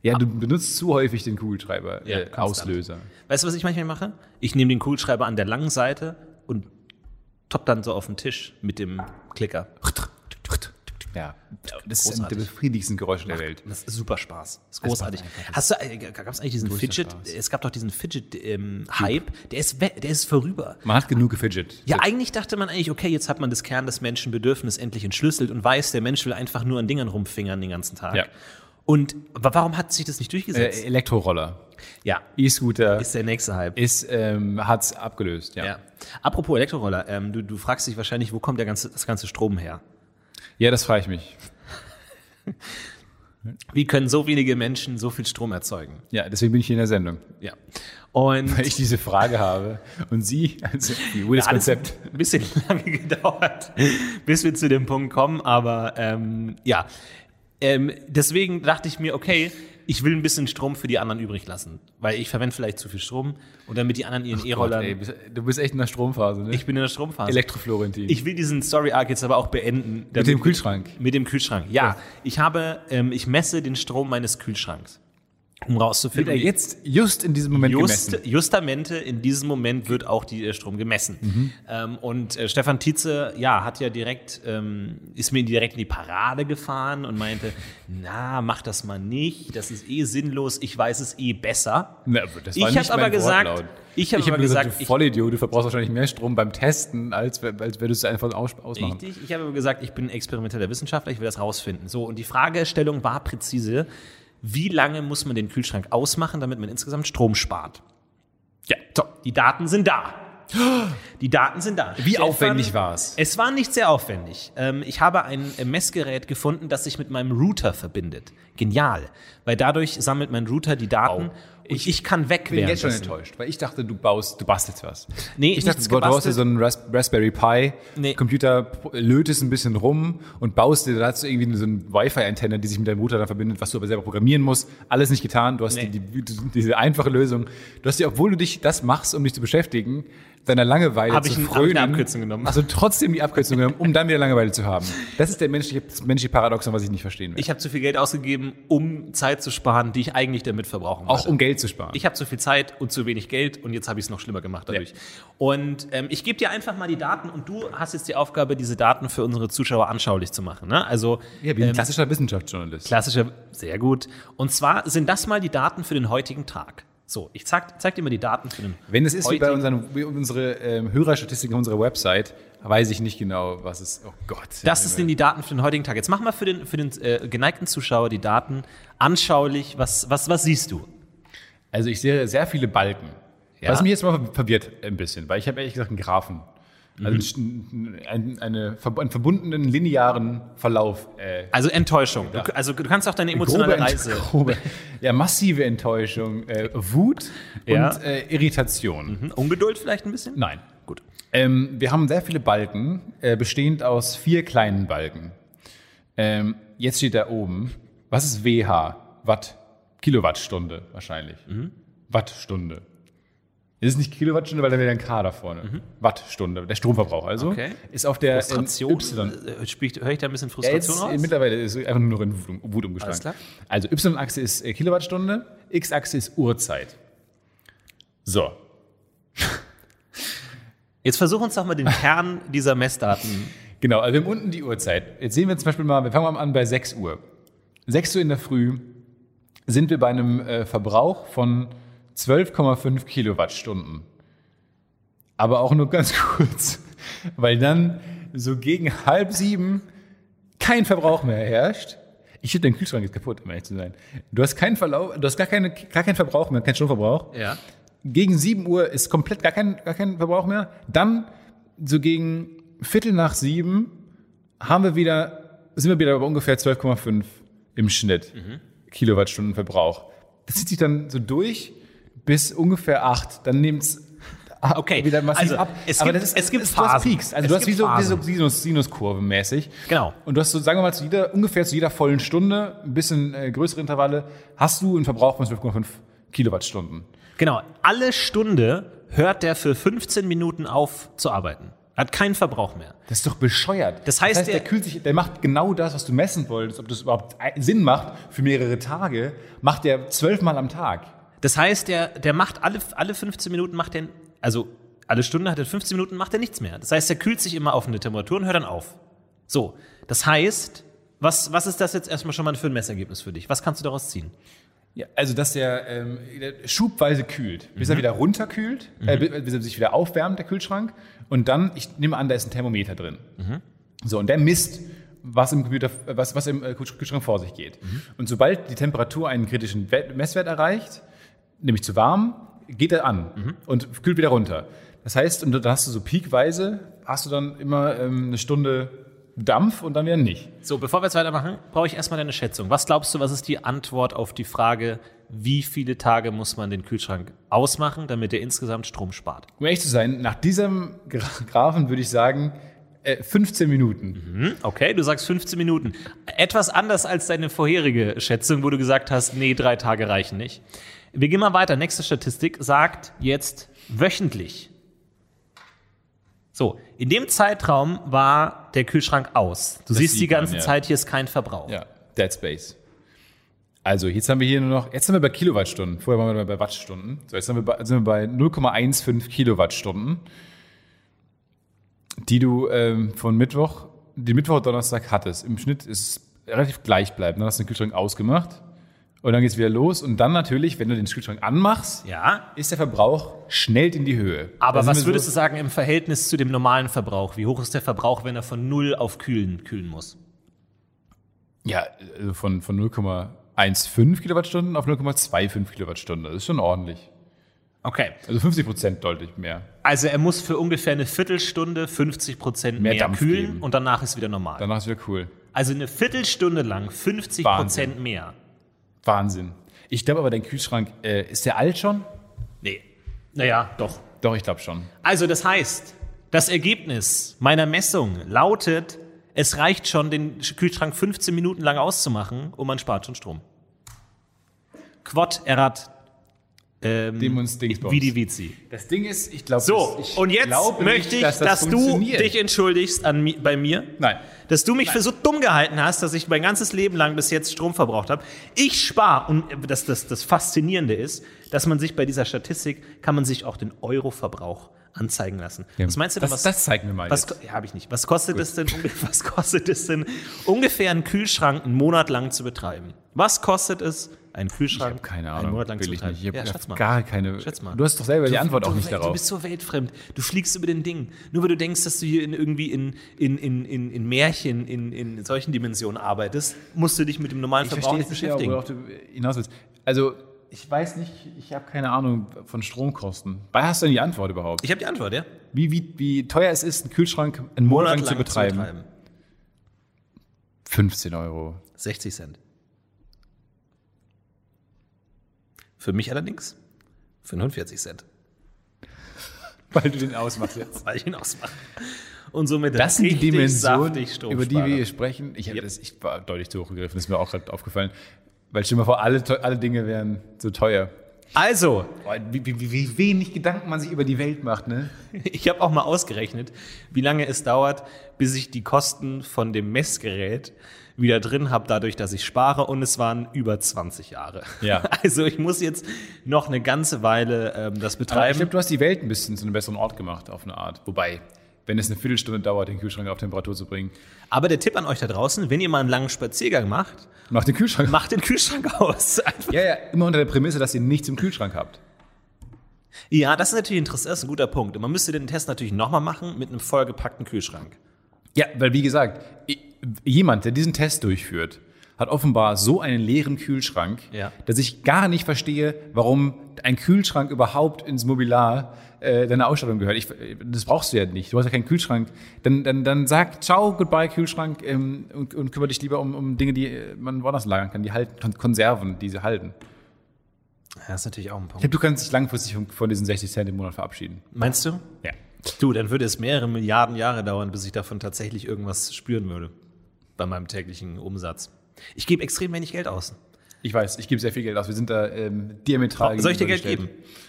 [SPEAKER 4] Ja, du benutzt zu häufig den Kugelschreiber, äh,
[SPEAKER 3] Ja, konstant.
[SPEAKER 4] Auslöser.
[SPEAKER 3] Weißt du, was ich manchmal mache? Ich nehme den Kugelschreiber an der langen Seite und topp dann so auf den Tisch mit dem Klicker.
[SPEAKER 4] Ja, das ist
[SPEAKER 3] großartig.
[SPEAKER 4] eines der befriedigendsten Geräusche der Welt.
[SPEAKER 3] Das ist super Spaß. Das ist großartig.
[SPEAKER 4] macht einfach
[SPEAKER 3] Hast du, äh, gab es eigentlich diesen Fidget? Es gab doch diesen Fidget-Hype. der, ist we- der ist vorüber.
[SPEAKER 4] Man hat genug gefidget.
[SPEAKER 3] Ja, eigentlich dachte man eigentlich, okay, jetzt hat man das Kern des Menschenbedürfnis endlich entschlüsselt und weiß, der Mensch will einfach nur an Dingern rumfingern den ganzen Tag.
[SPEAKER 4] Ja.
[SPEAKER 3] Und wa- warum hat sich das nicht durchgesetzt?
[SPEAKER 4] Äh, Elektroroller,
[SPEAKER 3] ja,
[SPEAKER 4] E-Scooter
[SPEAKER 3] ist der nächste Hype.
[SPEAKER 4] ist, ähm, hat's abgelöst, ja.
[SPEAKER 3] Ja.
[SPEAKER 4] ja.
[SPEAKER 3] Apropos Elektroroller, ähm, du, du fragst dich wahrscheinlich, wo kommt der ganze, das ganze Strom her?
[SPEAKER 4] das frage ich mich.
[SPEAKER 3] Wie können so wenige Menschen so viel Strom erzeugen?
[SPEAKER 4] Ja, deswegen bin ich hier in der Sendung.
[SPEAKER 3] Ja. Und
[SPEAKER 4] Weil ich diese Frage habe und Sie, also die weirdes
[SPEAKER 3] hat es
[SPEAKER 4] Konzept.
[SPEAKER 3] ein bisschen lange gedauert, bis wir zu dem Punkt kommen, aber ähm, ja. Ähm, deswegen dachte ich mir, okay, ich will ein bisschen Strom für die anderen übrig lassen, weil ich verwende vielleicht zu viel Strom und damit die anderen ihren
[SPEAKER 4] Gott, ey,
[SPEAKER 3] E-Rollern.
[SPEAKER 4] bist- du bist echt in der Stromphase, ne?
[SPEAKER 3] Ich bin in der Stromphase.
[SPEAKER 4] Elektroflorentin.
[SPEAKER 3] Ich will diesen Story Arc jetzt aber auch beenden.
[SPEAKER 4] Mit dem Kühlschrank.
[SPEAKER 3] Mit dem Kühlschrank. Ja, ich habe, ähm, ich messe den Strom meines Kühlschranks. um
[SPEAKER 4] Wird
[SPEAKER 3] rauszufinden.
[SPEAKER 4] er jetzt just in diesem Moment
[SPEAKER 3] Just,
[SPEAKER 4] gemessen?
[SPEAKER 3] justamente in diesem Moment wird auch die, äh, Strom gemessen.
[SPEAKER 4] Mhm.
[SPEAKER 3] Ähm, und äh, Stefan Tietze, ja, hat ja direkt, ähm, ist mir direkt in die Parade gefahren und meinte, na, mach das mal nicht, das ist eh sinnlos, ich weiß es eh besser.
[SPEAKER 4] Na, das
[SPEAKER 3] Ich hab
[SPEAKER 4] mein
[SPEAKER 3] aber gesagt-
[SPEAKER 4] Wortlaut.
[SPEAKER 3] ich hab aber gesagt,
[SPEAKER 4] du
[SPEAKER 3] ich-
[SPEAKER 4] Vollidiot, du verbrauchst wahrscheinlich mehr Strom beim Testen, als, wär- als würdest du einfach aus, ausmachen.
[SPEAKER 3] Richtig, ich habe aber gesagt, ich bin experimenteller Wissenschaftler, ich will das rausfinden. So, und die Fragestellung war präzise, wie lange muss man den Kühlschrank ausmachen, damit man insgesamt Strom spart? Ja, so, die Daten sind da. Die Daten sind da.
[SPEAKER 4] Wie aufwendig war es?
[SPEAKER 3] Es war nicht sehr aufwendig. Ähm, ich habe ein äh, Messgerät gefunden, das sich mit meinem Router verbindet. Genial, weil dadurch sammelt mein Router die Daten und ich, kann weg
[SPEAKER 4] Ich bin jetzt schon enttäuscht, weil ich dachte, du baust, du bastelst was.
[SPEAKER 3] Nee,
[SPEAKER 4] ich dachte,
[SPEAKER 3] nichts
[SPEAKER 4] du baust dir
[SPEAKER 3] gebastelt.
[SPEAKER 4] so einen Ras Raspberry Pi,
[SPEAKER 3] Nee.
[SPEAKER 4] Computer, p- lötest ein bisschen rum und baust dir dazu irgendwie so eine Wi-Fi-Antenne, die sich mit deinem Router dann verbindet, was du aber selber programmieren musst. Alles nicht getan. Du hast
[SPEAKER 3] Nee.
[SPEAKER 4] die, die, diese einfache Lösung. Du hast dir, obwohl du dich das machst, um dich zu beschäftigen, deiner Langeweile
[SPEAKER 3] Hab
[SPEAKER 4] zu
[SPEAKER 3] ich ein- hab ich
[SPEAKER 4] frönen.
[SPEAKER 3] eine Abkürzung genommen.
[SPEAKER 4] Also trotzdem die Abkürzung genommen, um dann wieder Langeweile zu haben. Das ist der menschliche, das menschliche Paradoxon, was ich nicht verstehen will.
[SPEAKER 3] Ich habe zu viel Geld ausgegeben, um Zeit zu sparen, die ich eigentlich damit verbrauchen
[SPEAKER 4] Auch
[SPEAKER 3] wollte.
[SPEAKER 4] um Geld zu sparen.
[SPEAKER 3] ich habe zu viel Zeit und zu wenig Geld und jetzt habe ich es noch schlimmer gemacht dadurch. Und ähm, ich gebe dir einfach mal die Daten und du hast jetzt die Aufgabe, diese Daten für unsere Zuschauer anschaulich zu machen. Ne? Also
[SPEAKER 4] ja, wie ein klassischer Wissenschaftsjournalist.
[SPEAKER 3] klassischer, sehr gut. Und zwar sind das mal die Daten für den heutigen Tag. So, ich zeig, zeig dir mal die Daten für den
[SPEAKER 4] Wenn es ist wie bei
[SPEAKER 3] heutigen-
[SPEAKER 4] unseren, wie unsere ähm, Hörerstatistiken unserer Website, weiß ich nicht genau, was es. Oh Gott.
[SPEAKER 3] Das sind die Daten für den heutigen Tag. Jetzt mach mal für den, für den äh, geneigten Zuschauer die Daten anschaulich. Was, was, was siehst du?
[SPEAKER 4] Also ich sehe sehr viele Balken.
[SPEAKER 3] Ja.
[SPEAKER 4] Was mich jetzt mal verwirrt ein bisschen, weil ich habe ehrlich gesagt einen Graphen. Also
[SPEAKER 3] Mhm.
[SPEAKER 4] ein, ein, eine, ver- einen verbundenen linearen Verlauf. Äh,
[SPEAKER 3] Also Enttäuschung. Du, also du kannst auch deine emotionale
[SPEAKER 4] Ent-
[SPEAKER 3] Reise.
[SPEAKER 4] grobe, ja, massive Enttäuschung, äh, Wut
[SPEAKER 3] Ja.
[SPEAKER 4] und äh, Irritation.
[SPEAKER 3] Hm, Ungeduld vielleicht ein bisschen?
[SPEAKER 4] Nein.
[SPEAKER 3] Gut.
[SPEAKER 4] Ähm, wir haben sehr viele Balken, äh, bestehend aus vier kleinen Balken. Ähm, jetzt steht da oben, was ist WH? Watt. Kilowattstunde wahrscheinlich.
[SPEAKER 3] Mhm.
[SPEAKER 4] Wattstunde. Es ist nicht Kilowattstunde, weil da wäre ein K da vorne. Wattstunde, der Stromverbrauch also.
[SPEAKER 3] Mhm. Okay.
[SPEAKER 4] Ist auf der ähm,
[SPEAKER 3] Frustration.
[SPEAKER 4] Y.
[SPEAKER 3] Äh, spielt- Höre ich da ein bisschen
[SPEAKER 4] Ja,
[SPEAKER 3] Frustration
[SPEAKER 4] jetzt,
[SPEAKER 3] raus?
[SPEAKER 4] äh, mittlerweile ist es einfach nur noch in Wut, Wut umgeschlagen.
[SPEAKER 3] Alles klar.
[SPEAKER 4] Also Y-Achse ist äh, Kilowattstunde, X-Achse ist Uhrzeit. So,
[SPEAKER 3] Jetzt versuch uns doch mal den Kern dieser Messdaten.
[SPEAKER 4] Genau, also wir haben unten die Uhrzeit. Jetzt sehen wir zum Beispiel mal, wir fangen mal an bei 6 Uhr. 6 Uhr in der Früh sind wir bei einem äh, Verbrauch von 12,5 Kilowattstunden. Aber auch nur ganz kurz, weil dann so gegen halb sieben kein Verbrauch mehr herrscht. Ich finde, dein Kühlschrank ist kaputt, um ehrlich zu sein. Du hast keinen Verlauf, du hast gar, keine, gar keinen Verbrauch mehr, keinen Stromverbrauch
[SPEAKER 3] Ja.
[SPEAKER 4] gegen 7 Uhr ist komplett gar kein, gar kein Verbrauch mehr. Dann so gegen Viertel nach sieben haben wir wieder, sind wir wieder bei ungefähr 12,5 im Schnitt Kilowattstunden Verbrauch. Das zieht sich dann so durch bis ungefähr 8. Dann nimmt es
[SPEAKER 3] Okay,
[SPEAKER 4] Ah, wieder massiv
[SPEAKER 3] also,
[SPEAKER 4] ab.
[SPEAKER 3] es gibt- es gibt
[SPEAKER 4] du hast
[SPEAKER 3] Phasen.
[SPEAKER 4] Peaks. Also
[SPEAKER 3] Es
[SPEAKER 4] du hast
[SPEAKER 3] gibt
[SPEAKER 4] wie so, wie so
[SPEAKER 3] Phasen.
[SPEAKER 4] Sinus, Sinuskurven mäßig.
[SPEAKER 3] Genau.
[SPEAKER 4] Und du hast so, sagen wir mal, zu jeder, ungefähr zu jeder vollen Stunde, ein bisschen äh, größere Intervalle, hast du einen Verbrauch von 12,5 Kilowattstunden.
[SPEAKER 3] Genau. Alle Stunde hört der für 15 Minuten auf zu arbeiten. Hat keinen Verbrauch mehr.
[SPEAKER 4] Das ist doch bescheuert.
[SPEAKER 3] Das heißt,
[SPEAKER 4] der,
[SPEAKER 3] der-
[SPEAKER 4] kühlt sich, der macht genau das, was du messen wolltest, ob das überhaupt ein- Sinn macht für mehrere Tage, macht der zwölfmal am Tag.
[SPEAKER 3] Das heißt, der, der macht alle, alle 15 Minuten macht den, also alle Stunde hat er 15 Minuten, macht er nichts mehr. Das heißt, er kühlt sich immer auf eine Temperatur und hört dann auf. So. Das heißt, was, was ist das jetzt erstmal schon mal für ein Messergebnis für dich? Was kannst du daraus ziehen?
[SPEAKER 4] Ja, also dass der, ähm, der schubweise kühlt, bis er wieder runterkühlt, äh, bi- bis er sich wieder aufwärmt, der Kühlschrank. Und dann, ich nehme an, da ist ein Thermometer drin. So, und der misst, was im, Computer, was, was im äh, Kühlsch- Kühlschrank vor sich geht. Und sobald die Temperatur einen kritischen Wert, Messwert erreicht, nämlich zu warm, geht er an und kühlt wieder runter. Das heißt, und dann hast du so peakweise, hast du dann immer ähm, eine Stunde Dampf und dann wieder nicht.
[SPEAKER 3] So, bevor wir jetzt weitermachen, brauche ich erstmal deine Schätzung. Was glaubst du, was ist die Antwort auf die Frage, wie viele Tage muss man den Kühlschrank ausmachen, damit er insgesamt Strom spart?
[SPEAKER 4] Um ehrlich zu sein, nach diesem Gra Graphen würde ich sagen, äh, 15 Minuten.
[SPEAKER 3] Hm, Okay, du sagst 15 Minuten. Etwas anders als deine vorherige Schätzung, wo du gesagt hast, nee, drei Tage reichen nicht. Wir gehen mal weiter. Nächste Statistik sagt jetzt wöchentlich. So, in dem Zeitraum war der Kühlschrank aus. Du siehst die
[SPEAKER 4] sieht man,
[SPEAKER 3] ganze
[SPEAKER 4] ja.
[SPEAKER 3] Zeit, hier ist kein Verbrauch.
[SPEAKER 4] Ja, Dead Space. Also, jetzt haben wir hier nur noch, jetzt sind wir bei Kilowattstunden. Vorher waren wir bei Wattstunden. So, jetzt sind wir bei, sind wir bei 0,15 Kilowattstunden, die du ähm, von Mittwoch, die Mittwoch und Donnerstag hattest. Im Schnitt ist es relativ gleichbleibend. Dann hast du den Kühlschrank ausgemacht und dann geht es wieder los. Und dann natürlich, wenn du den Kühlschrank anmachst,
[SPEAKER 3] Ja.
[SPEAKER 4] ist der Verbrauch schnell in die Höhe. Da sind wir
[SPEAKER 3] Aber was
[SPEAKER 4] Also so-
[SPEAKER 3] würdest du sagen im Verhältnis zu dem normalen Verbrauch? Wie hoch ist der Verbrauch, wenn er von null auf kühlen kühlen muss?
[SPEAKER 4] Ja, also von, von 0,15 Kilowattstunden auf 0,25 Kilowattstunden. Das ist schon ordentlich.
[SPEAKER 3] Okay.
[SPEAKER 4] Also 50 Prozent deutlich mehr.
[SPEAKER 3] Also er muss für ungefähr eine Viertelstunde 50 Prozent
[SPEAKER 4] Mehr
[SPEAKER 3] mehr,
[SPEAKER 4] Dampf
[SPEAKER 3] kühlen
[SPEAKER 4] geben.
[SPEAKER 3] und danach ist wieder normal.
[SPEAKER 4] Danach ist wieder cool.
[SPEAKER 3] also eine Viertelstunde lang 50 Prozent
[SPEAKER 4] Wahnsinn.
[SPEAKER 3] mehr.
[SPEAKER 4] Wahnsinn. Ich glaube aber, dein Kühlschrank, äh, ist der alt schon?
[SPEAKER 3] Nee. Naja, doch.
[SPEAKER 4] Doch, ich glaube schon.
[SPEAKER 3] Also das heißt, das Ergebnis meiner Messung lautet, es reicht schon, den Kühlschrank 15 Minuten lang auszumachen und man spart schon Strom. Quod erat ähm,
[SPEAKER 4] Dem uns Dingsbums.
[SPEAKER 3] vidi vici.
[SPEAKER 4] Das Ding ist, ich glaube,
[SPEAKER 3] So, und jetzt möchte ich, dass, du dich entschuldigst an, mi- bei mir.
[SPEAKER 4] Nein.
[SPEAKER 3] Dass du mich für so dumm gehalten hast, dass ich mein ganzes Leben lang bis jetzt Strom verbraucht habe. Ich spare, und äh, das, das, das Faszinierende ist, dass man sich bei dieser Statistik, kann man sich auch den Euroverbrauch anzeigen lassen. Was meinst du denn,
[SPEAKER 4] das,
[SPEAKER 3] was,
[SPEAKER 4] das zeigt mir mal.
[SPEAKER 3] was
[SPEAKER 4] jetzt.
[SPEAKER 3] ko- ja, habe ich nicht. Was kostet, es denn, unge- was kostet es denn, ungefähr einen Kühlschrank einen Monat lang zu betreiben? Was kostet es, einen Kühlschrank
[SPEAKER 4] Ich habe keine
[SPEAKER 3] einen
[SPEAKER 4] Ahnung.
[SPEAKER 3] Monat lang zu
[SPEAKER 4] will ich
[SPEAKER 3] betreiben?
[SPEAKER 4] nicht. Ich
[SPEAKER 3] ja,
[SPEAKER 4] habe
[SPEAKER 3] schätz mal.
[SPEAKER 4] gar keine.
[SPEAKER 3] Schätz mal.
[SPEAKER 4] Du hast doch selber die
[SPEAKER 3] Du-
[SPEAKER 4] Antwort
[SPEAKER 3] du,
[SPEAKER 4] auch nicht
[SPEAKER 3] Du
[SPEAKER 4] darauf.
[SPEAKER 3] bist so weltfremd. Du fliegst über den Ding. Nur weil du denkst, dass du hier in irgendwie in, in, in, in, in Märchen, in, in solchen Dimensionen arbeitest, musst du dich mit dem normalen Verbrauch nicht beschäftigen.
[SPEAKER 4] worauf du hinaus willst. Also, ich weiß nicht, ich habe keine Ahnung von Stromkosten. Woher hast du denn die Antwort überhaupt?
[SPEAKER 3] ich habe die Antwort, ja?
[SPEAKER 4] wie, wie, wie teuer es ist, einen Kühlschrank einen Monat, lang zu betreiben. 15 Euro.
[SPEAKER 3] 60 Cent. Für mich allerdings 45 Cent,
[SPEAKER 4] Weil du den ausmachst jetzt.
[SPEAKER 3] weil ich ihn ausmache. Und somit
[SPEAKER 4] Das sind die
[SPEAKER 3] richtig
[SPEAKER 4] Dimensionen,
[SPEAKER 3] saftig Strom
[SPEAKER 4] über die
[SPEAKER 3] spare.
[SPEAKER 4] wir hier sprechen. Ich, hab das, ich war deutlich zu hoch gegriffen, ist mir auch gerade aufgefallen. Weil stell dir mal vor, alle, teu- alle Dinge wären so teuer.
[SPEAKER 3] Also,
[SPEAKER 4] Boah, Wie, wie, wie- wie wenig Gedanken man sich über die Welt macht, ne?
[SPEAKER 3] ich habe auch mal ausgerechnet, wie lange es dauert, bis ich die Kosten von dem Messgerät wieder drin habe, dadurch, dass ich spare. Und es waren über 20 Jahre.
[SPEAKER 4] Ja.
[SPEAKER 3] Also ich muss jetzt noch eine ganze Weile ähm, das
[SPEAKER 4] Aber ich
[SPEAKER 3] betreiben.
[SPEAKER 4] glaube, du hast die Welt ein bisschen zu einem besseren Ort gemacht, auf eine Art. Wobei, wenn es eine Viertelstunde dauert, den Kühlschrank auf Temperatur zu bringen,
[SPEAKER 3] Aber der Tipp an euch da draußen, wenn ihr mal einen langen Spaziergang macht,
[SPEAKER 4] mach den Kühlschrank.
[SPEAKER 3] macht den Kühlschrank aus. Einfach
[SPEAKER 4] Ja, ja, immer unter der Prämisse, dass ihr nichts im Kühlschrank habt.
[SPEAKER 3] Ja, das ist natürlich interessant, das ist ein guter Punkt. Und man müsste den Test natürlich nochmal machen mit einem vollgepackten Kühlschrank.
[SPEAKER 4] Ja, weil wie gesagt, i- jemand, der diesen Test durchführt, hat offenbar so einen leeren Kühlschrank,
[SPEAKER 3] Ja.
[SPEAKER 4] dass ich gar nicht verstehe, warum ein Kühlschrank überhaupt ins Mobiliar äh, deiner Ausstattung gehört. Ich, das brauchst du ja nicht. Du hast ja keinen Kühlschrank. Dann, dann, dann sag ciao, goodbye Kühlschrank ähm, und, und kümmere dich lieber um, um Dinge, die äh, man woanders lagern kann, die halten, Kon- Konserven, die sie halten.
[SPEAKER 3] Das ist natürlich auch ein
[SPEAKER 4] Ich
[SPEAKER 3] Punkt.
[SPEAKER 4] glaube, du kannst dich langfristig von, von diesen 60 Cent im Monat verabschieden.
[SPEAKER 3] Meinst du?
[SPEAKER 4] Ja.
[SPEAKER 3] Du, dann würde es mehrere Milliarden Jahre dauern, bis ich davon tatsächlich irgendwas spüren würde. Bei meinem täglichen Umsatz. Ich gebe extrem wenig Geld aus.
[SPEAKER 4] Ich weiß, ich gebe sehr viel Geld aus. Wir sind da ähm, diametral
[SPEAKER 3] Soll ich dir Geld
[SPEAKER 4] gegenübergestellt.
[SPEAKER 3] geben?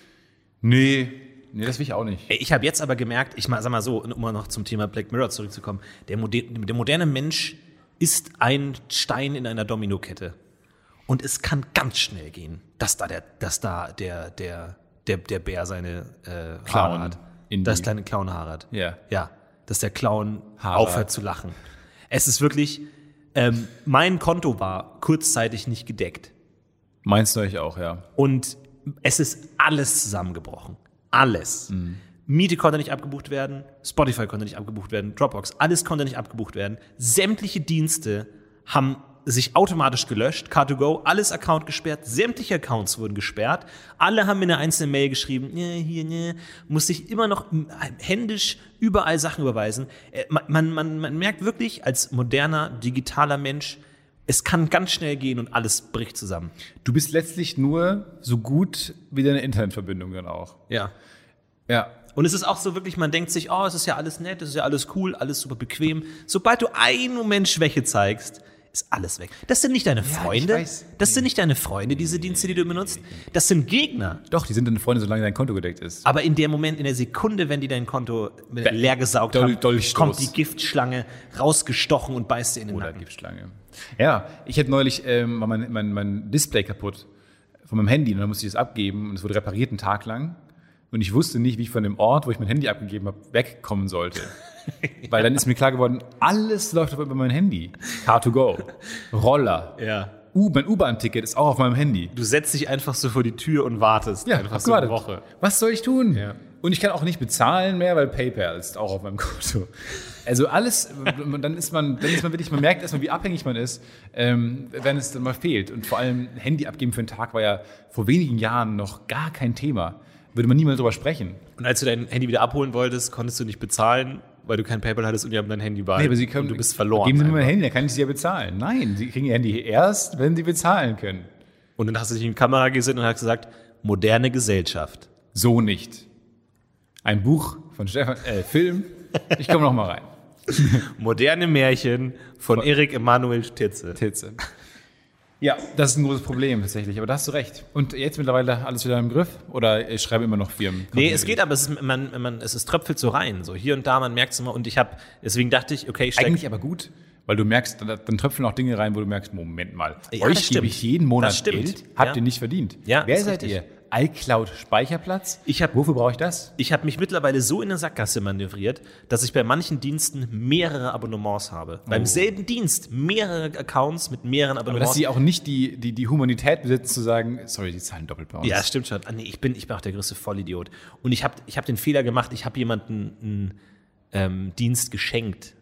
[SPEAKER 4] Nee. Nee, das will ich auch nicht.
[SPEAKER 3] Ey, Ich habe jetzt aber gemerkt, ich mal, sag mal so, um mal noch zum Thema Black Mirror zurückzukommen, der, moder der moderne Mensch ist ein Stein in einer Dominokette. Und es kann ganz schnell gehen, dass da der, dass da der, der, der, der Bär seine äh, Haare
[SPEAKER 4] Clown
[SPEAKER 3] hat.
[SPEAKER 4] in die-
[SPEAKER 3] Das kleine Clown Haare hat.
[SPEAKER 4] Ja.
[SPEAKER 3] Ja. Dass der Clown
[SPEAKER 4] Haare
[SPEAKER 3] aufhört
[SPEAKER 4] hat.
[SPEAKER 3] zu lachen. Es ist wirklich, ähm, mein Konto war kurzzeitig nicht gedeckt.
[SPEAKER 4] Meinst du euch auch, ja.
[SPEAKER 3] Und es ist alles zusammengebrochen. Alles. Miete konnte nicht abgebucht werden, Spotify konnte nicht abgebucht werden, Dropbox, alles konnte nicht abgebucht werden. Sämtliche Dienste haben sich automatisch gelöscht, Car2Go, alles Account gesperrt, sämtliche Accounts wurden gesperrt. Alle haben mir eine einzelne Mail geschrieben, nee, hier, nee, musste ich immer noch m- händisch überall Sachen überweisen. Äh, Man, man, man, man merkt wirklich als moderner, digitaler Mensch, es kann ganz schnell gehen und alles bricht zusammen.
[SPEAKER 4] Du bist letztlich nur so gut wie deine Internetverbindung dann auch.
[SPEAKER 3] Ja.
[SPEAKER 4] Ja.
[SPEAKER 3] Und es ist auch so wirklich, man denkt sich, oh, es ist ja alles nett, es ist ja alles cool, alles super bequem. Sobald du einen Moment Schwäche zeigst, ist alles weg. Das sind nicht deine Freunde.
[SPEAKER 4] weiß.
[SPEAKER 3] Das sind nicht deine Freunde, diese Dienste, die du benutzt. Das sind Gegner.
[SPEAKER 4] Doch, die sind deine Freunde, solange dein Konto gedeckt ist.
[SPEAKER 3] Aber in der Moment, in der Sekunde, wenn die dein Konto leer gesaugt
[SPEAKER 4] Dol-
[SPEAKER 3] haben,
[SPEAKER 4] Dolchstoß.
[SPEAKER 3] kommt die Giftschlange rausgestochen und beißt dir in den
[SPEAKER 4] Oder
[SPEAKER 3] Nacken.
[SPEAKER 4] Giftschlange. Ja, ich hätte neulich, ähm, war mein, mein, mein Display kaputt von meinem Handy und dann musste ich das abgeben und es wurde repariert einen Tag lang. Und ich wusste nicht, wie ich von dem Ort, wo ich mein Handy abgegeben habe, wegkommen sollte. Weil dann ist mir klar geworden, alles läuft auf über mein Handy. Car2Go, Roller,
[SPEAKER 3] Ja.
[SPEAKER 4] U mein U-Bahn-Ticket ist auch auf meinem Handy.
[SPEAKER 3] Du setzt dich einfach so vor die Tür und wartest.
[SPEAKER 4] Ja,
[SPEAKER 3] einfach
[SPEAKER 4] hab
[SPEAKER 3] so eine
[SPEAKER 4] gewartet.
[SPEAKER 3] Woche.
[SPEAKER 4] Was soll ich tun?
[SPEAKER 3] Ja.
[SPEAKER 4] Und ich kann auch nicht bezahlen mehr, weil PayPal ist auch auf meinem Konto. Also alles, dann ist man, dann ist man wirklich, man merkt erstmal, wie abhängig man ist, ähm, wenn es dann mal fehlt. Und vor allem Handy abgeben für einen Tag war ja vor wenigen Jahren noch gar kein Thema. Würde man niemals drüber sprechen.
[SPEAKER 3] Und als du dein Handy wieder abholen wolltest, konntest du nicht bezahlen, weil du kein PayPal hattest und die haben dein Handy bei. und du bist verloren.
[SPEAKER 4] Geben Sie mir mein
[SPEAKER 3] einfach.
[SPEAKER 4] Handy, dann kann ich Sie ja bezahlen. Nein, Sie kriegen Ihr Handy erst, wenn Sie bezahlen können.
[SPEAKER 3] Und dann hast du dich in die Kamera gesehen und hast gesagt, moderne Gesellschaft.
[SPEAKER 4] So nicht. Ein Buch von Stefan, äh, Film. Ich komme noch mal rein.
[SPEAKER 3] Moderne Märchen von Erik Emanuel Stitze.
[SPEAKER 4] Pilze. Ja, das ist ein großes Problem tatsächlich, aber da hast du recht. Und jetzt mittlerweile alles wieder im Griff? Oder ich schreibe immer noch Firmen?
[SPEAKER 3] Nee, es geht aber, es, ist, man, man, es ist, tröpfelt so rein. So hier und da, man merkt es immer. Und ich habe, deswegen dachte ich, okay, ich steig-
[SPEAKER 4] Eigentlich aber gut, weil du merkst, dann, dann tröpfeln auch Dinge rein, wo du merkst, Moment mal,
[SPEAKER 3] Ja,
[SPEAKER 4] euch
[SPEAKER 3] das
[SPEAKER 4] gebe
[SPEAKER 3] stimmt.
[SPEAKER 4] ich jeden Monat
[SPEAKER 3] Das stimmt,
[SPEAKER 4] Geld, habt
[SPEAKER 3] ja.
[SPEAKER 4] ihr nicht verdient.
[SPEAKER 3] Ja,
[SPEAKER 4] Wer
[SPEAKER 3] ist
[SPEAKER 4] seid
[SPEAKER 3] richtig.
[SPEAKER 4] ihr? iCloud-Speicherplatz?
[SPEAKER 3] Ich hab-
[SPEAKER 4] Wofür brauche ich das?
[SPEAKER 3] Ich habe mich mittlerweile so in der Sackgasse manövriert, dass ich bei manchen Diensten mehrere Abonnements habe. Beim selben Dienst mehrere Accounts mit mehreren
[SPEAKER 4] Aber
[SPEAKER 3] Abonnements.
[SPEAKER 4] dass sie auch nicht die, die, die Humanität besitzen, zu sagen, sorry, die zahlen doppelt bei uns.
[SPEAKER 3] ja, stimmt schon. Ah, nee, ich bin, ich bin auch der größte Vollidiot. Und ich habe ich hab den Fehler gemacht, ich habe jemanden einen ähm, Dienst geschenkt.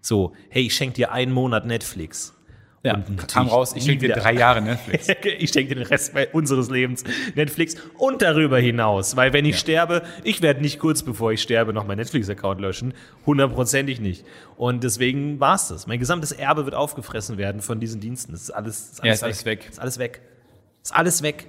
[SPEAKER 3] So, hey, ich schenke dir einen Monat Netflix.
[SPEAKER 4] Ja,
[SPEAKER 3] natürlich
[SPEAKER 4] kam raus, ich
[SPEAKER 3] nie
[SPEAKER 4] schenke dir
[SPEAKER 3] wieder.
[SPEAKER 4] drei Jahre Netflix.
[SPEAKER 3] Ich denke den Rest bei- unseres Lebens Netflix und darüber hinaus, weil wenn ich sterbe, ich werde nicht kurz bevor ich sterbe noch meinen Netflix-Account löschen, hundertprozentig nicht. Und deswegen war's das. Mein gesamtes Erbe wird aufgefressen werden von diesen Diensten. Das ist alles, ist
[SPEAKER 4] Ja, ist alles weg.
[SPEAKER 3] Ist alles weg. Ist alles weg.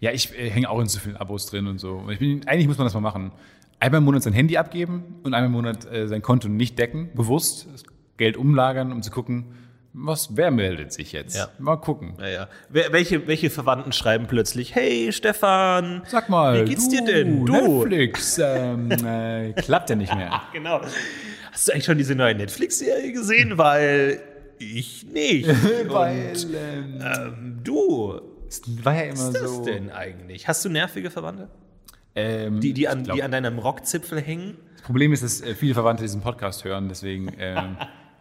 [SPEAKER 4] Ja, ich äh, hänge auch in so vielen Abos drin und so. Und Ich bin, eigentlich muss man das mal machen. Einmal im Monat sein Handy abgeben und einmal im Monat äh, sein Konto nicht decken, bewusst das Geld umlagern, um zu gucken, was, wer meldet sich jetzt?
[SPEAKER 3] Ja.
[SPEAKER 4] Mal gucken.
[SPEAKER 3] Naja. Wel- Welche, welche Verwandten schreiben plötzlich, hey Stefan,
[SPEAKER 4] Sag mal,
[SPEAKER 3] wie geht's dir denn?
[SPEAKER 4] Du, Netflix, ähm, äh, klappt ja nicht mehr.
[SPEAKER 3] Genau. Hast du eigentlich schon diese neue Netflix-Serie gesehen? Weil ich nicht.
[SPEAKER 4] Weil,
[SPEAKER 3] Und
[SPEAKER 4] ähm,
[SPEAKER 3] ähm, du,
[SPEAKER 4] es war ja immer
[SPEAKER 3] Was ist das
[SPEAKER 4] so.
[SPEAKER 3] denn eigentlich? Hast du nervige Verwandte?
[SPEAKER 4] Ähm,
[SPEAKER 3] Die, die, an,
[SPEAKER 4] ich glaub,
[SPEAKER 3] die an deinem Rockzipfel hängen?
[SPEAKER 4] Das Problem ist, dass äh, viele Verwandte diesen Podcast hören, deswegen ähm,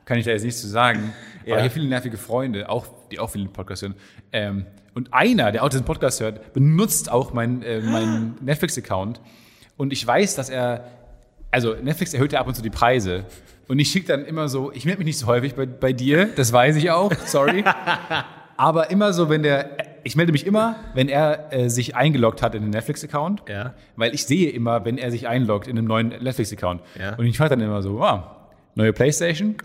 [SPEAKER 4] kann ich da jetzt nichts zu sagen. Aber ich habe viele nervige Freunde, auch, die auch viele Podcasts hören. Ähm, und einer, der auch diesen Podcast hört, benutzt auch meinen äh, meinen Netflix-Account. Und ich weiß, dass er, also Netflix erhöht ja ab und zu die Preise. Und ich schicke dann immer so, ich melde mich nicht so häufig bei, bei dir, das weiß ich auch, sorry. Aber immer so, wenn der, ich melde mich immer, wenn er äh, sich eingeloggt hat in den Netflix-Account.
[SPEAKER 3] Ja.
[SPEAKER 4] Weil ich sehe immer, wenn er sich einloggt in einem neuen Netflix-Account.
[SPEAKER 3] Ja.
[SPEAKER 4] Und ich frage dann immer so, wow, neue Playstation?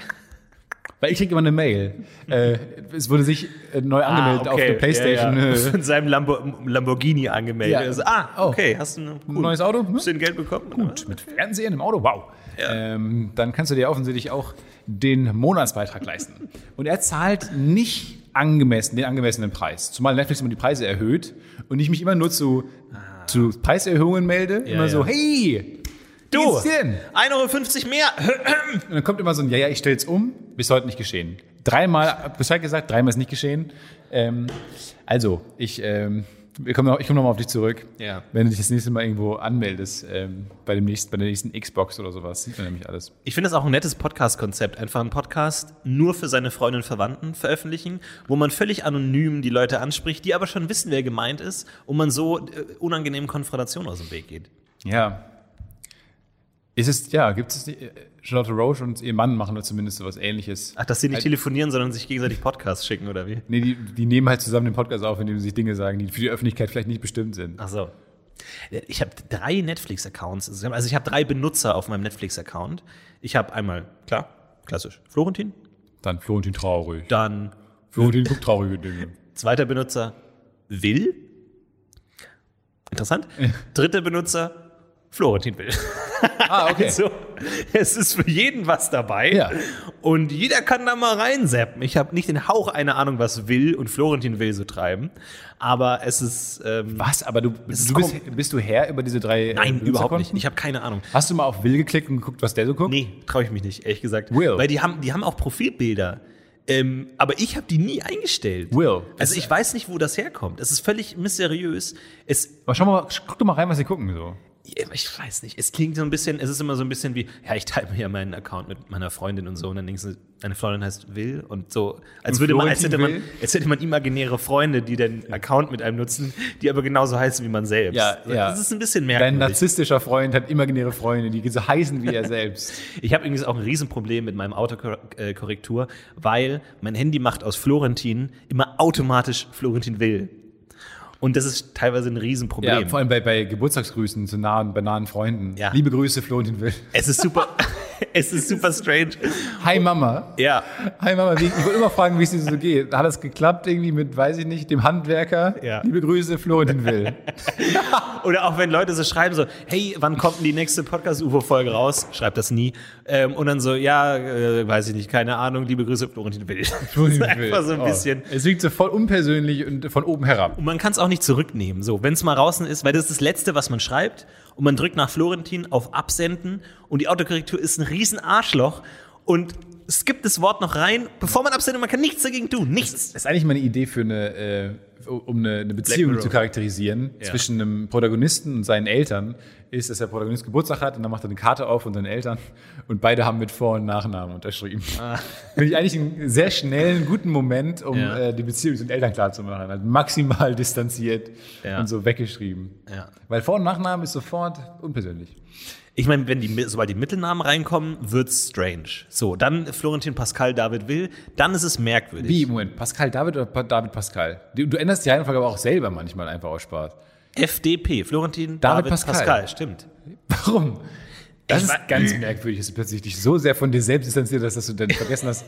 [SPEAKER 4] Weil ich kriege immer eine Mail. äh, es wurde sich äh, neu angemeldet auf der Playstation.
[SPEAKER 3] Ah, Ja,
[SPEAKER 4] äh,
[SPEAKER 3] ja. In seinem Lambo Lamborghini angemeldet.
[SPEAKER 4] Ja.
[SPEAKER 3] Also, ah,
[SPEAKER 4] Oh.
[SPEAKER 3] okay, hast du ein
[SPEAKER 4] Ein neues Auto? Hm?
[SPEAKER 3] Bisschen Geld bekommen?
[SPEAKER 4] Gut, mit Fernsehen im Auto, wow. Ähm, dann kannst du dir offensichtlich auch den Monatsbeitrag leisten. Und er zahlt nicht angemessen, den angemessenen Preis. Zumal Netflix immer die Preise erhöht und ich mich immer nur zu, zu Preiserhöhungen melde. immer
[SPEAKER 3] Ah. ja.
[SPEAKER 4] so, hey,
[SPEAKER 3] Du,
[SPEAKER 4] geht's dir denn?
[SPEAKER 3] 1,50 Euro mehr.
[SPEAKER 4] Und dann kommt immer so ein, ja, ja, ich stell's um, bis heute nicht geschehen. Dreimal Bescheid gesagt, dreimal ist nicht geschehen. Ähm, also, ich, ähm, wir kommen noch, ich komme nochmal auf dich zurück.
[SPEAKER 3] Ja.
[SPEAKER 4] Wenn du dich das nächste Mal irgendwo anmeldest, ähm, bei, dem nächsten, bei der nächsten Xbox oder sowas, sieht man nämlich alles.
[SPEAKER 3] Ich finde das auch ein nettes Podcast-Konzept. Einfach einen Podcast nur für seine Freunde und Verwandten veröffentlichen, wo man völlig anonym die Leute anspricht, die aber schon wissen, wer gemeint ist und man so äh, unangenehmen Konfrontationen aus dem Weg geht.
[SPEAKER 4] Ja. Ist es, ja, gibt es nicht, äh, Charlotte Roche und ihr Mann machen da zumindest sowas ähnliches.
[SPEAKER 3] Ach, dass sie nicht
[SPEAKER 4] Halt-
[SPEAKER 3] telefonieren, sondern sich gegenseitig Podcasts schicken, oder wie?
[SPEAKER 4] Nee, die, die nehmen halt zusammen den Podcast auf, indem sie sich Dinge sagen, die für die Öffentlichkeit vielleicht nicht bestimmt sind.
[SPEAKER 3] Ach so. Äh, Ich habe drei Netflix-Accounts. Also ich habe drei Benutzer auf meinem Netflix-Account. Ich habe einmal, klar, klassisch, Florentin.
[SPEAKER 4] Dann Florentin traurig.
[SPEAKER 3] Dann
[SPEAKER 4] Florentin guckt traurige Dinge.
[SPEAKER 3] zweiter Benutzer, Will. Interessant. Dritter Benutzer, Florentin Will.
[SPEAKER 4] Ah, okay.
[SPEAKER 3] Also, es ist für jeden was dabei.
[SPEAKER 4] Ja.
[SPEAKER 3] Und jeder kann da mal reinseppen. Ich habe nicht den Hauch einer Ahnung, was Will und Florentin Will so treiben. Aber es ist. Ähm,
[SPEAKER 4] Was? Aber du,
[SPEAKER 3] ist
[SPEAKER 4] du bist, bist du Herr über diese drei. äh,
[SPEAKER 3] Nein, überhaupt nicht.
[SPEAKER 4] Benutzerkonten?
[SPEAKER 3] Ich habe keine Ahnung.
[SPEAKER 4] Hast du mal auf Will geklickt und geguckt, was der so guckt?
[SPEAKER 3] Nee, traue ich mich nicht, ehrlich gesagt.
[SPEAKER 4] Will.
[SPEAKER 3] Weil die haben, die haben auch Profilbilder. Ähm, aber ich habe die nie eingestellt.
[SPEAKER 4] Will.
[SPEAKER 3] Also ich weiß nicht, wo das herkommt. Es ist völlig mysteriös. Es,
[SPEAKER 4] Aber schau mal, guck doch mal rein, was sie gucken so.
[SPEAKER 3] Ja, aber Ich weiß nicht. Es klingt so ein bisschen, es ist immer so ein bisschen wie, ja, ich teile mir ja meinen Account mit meiner Freundin und so und dann denkst du, deine Freundin heißt Will und so, als
[SPEAKER 4] Und
[SPEAKER 3] würde man, als hätte
[SPEAKER 4] Florentin
[SPEAKER 3] man,
[SPEAKER 4] Will?
[SPEAKER 3] als hätte man imaginäre Freunde, die den Account mit einem nutzen, die aber genauso heißen wie man selbst.
[SPEAKER 4] Ja, ja.
[SPEAKER 3] Das ist ein bisschen
[SPEAKER 4] Dein
[SPEAKER 3] merkwürdig.
[SPEAKER 4] narzisstischer Freund hat imaginäre Freunde, die so heißen wie er selbst.
[SPEAKER 3] Ich habe übrigens auch ein Riesenproblem mit meinem Autokorrektur, weil mein Handy macht aus Florentin immer automatisch Florentin Will. Und das ist teilweise ein Riesenproblem.
[SPEAKER 4] Ja, vor allem bei, bei Geburtstagsgrüßen zu nahen, bei nahen Freunden.
[SPEAKER 3] Ja.
[SPEAKER 4] Liebe Grüße, Florentin Will.
[SPEAKER 3] es ist super, es ist super strange.
[SPEAKER 4] Hi Mama.
[SPEAKER 3] Ja.
[SPEAKER 4] Hi Mama, wie, ich wollte immer fragen, wie es dir so geht. Hat das geklappt irgendwie mit, weiß ich nicht, dem Handwerker?
[SPEAKER 3] Ja.
[SPEAKER 4] Liebe Grüße, Florentin Will.
[SPEAKER 3] Oder auch wenn Leute so schreiben, so, hey, wann kommt denn die nächste Podcast-UFO-Folge raus? Schreibt das nie. Ähm, und dann so, ja, äh, weiß ich nicht, keine Ahnung, liebe Grüße, Florentin Will.
[SPEAKER 4] Florentin
[SPEAKER 3] Das ist einfach so ein
[SPEAKER 4] Oh.
[SPEAKER 3] bisschen.
[SPEAKER 4] Es liegt so voll unpersönlich und von oben herab.
[SPEAKER 3] Und man kann es auch nicht zurücknehmen, so, wenn es mal draußen ist, weil das ist das Letzte, was man schreibt. Und man drückt nach Florentin auf Absenden und die Autokorrektur ist ein riesen Arschloch und skippt das Wort noch rein, bevor man absendet. Man kann nichts dagegen tun, nichts.
[SPEAKER 4] Das ist eigentlich mal eine Idee für eine, äh, um eine, eine Beziehung
[SPEAKER 3] Mirror.
[SPEAKER 4] zu charakterisieren zwischen einem Protagonisten und seinen Eltern, ist, dass der Protagonist Geburtstag hat und dann macht er eine Karte auf und seinen Eltern und beide haben mit Vor- und Nachnamen unterschrieben. Finde ich eigentlich einen sehr schnellen, guten Moment, um
[SPEAKER 3] Ah. Ja.
[SPEAKER 4] äh, die Beziehung zu den Eltern klarzumachen. Also maximal distanziert
[SPEAKER 3] Ja.
[SPEAKER 4] und so weggeschrieben.
[SPEAKER 3] Ja.
[SPEAKER 4] Weil Vor- und Nachnamen ist sofort unpersönlich.
[SPEAKER 3] Ich meine, wenn die, sobald die Mittelnamen reinkommen, wird's strange. So, dann Florentin Pascal David Will, dann ist es merkwürdig.
[SPEAKER 4] Wie, Moment, Pascal David oder Pa- David Pascal? Du, du änderst die Reihenfolge aber auch selber manchmal einfach aus Spaß.
[SPEAKER 3] FDP, Florentin
[SPEAKER 4] David
[SPEAKER 3] David,
[SPEAKER 4] Pascal.
[SPEAKER 3] Pascal. stimmt.
[SPEAKER 4] Warum? Das
[SPEAKER 3] Ich
[SPEAKER 4] ist
[SPEAKER 3] wa-
[SPEAKER 4] ganz merkwürdig, dass du plötzlich dich so sehr von dir selbst distanziert hast, dass du dann vergessen hast.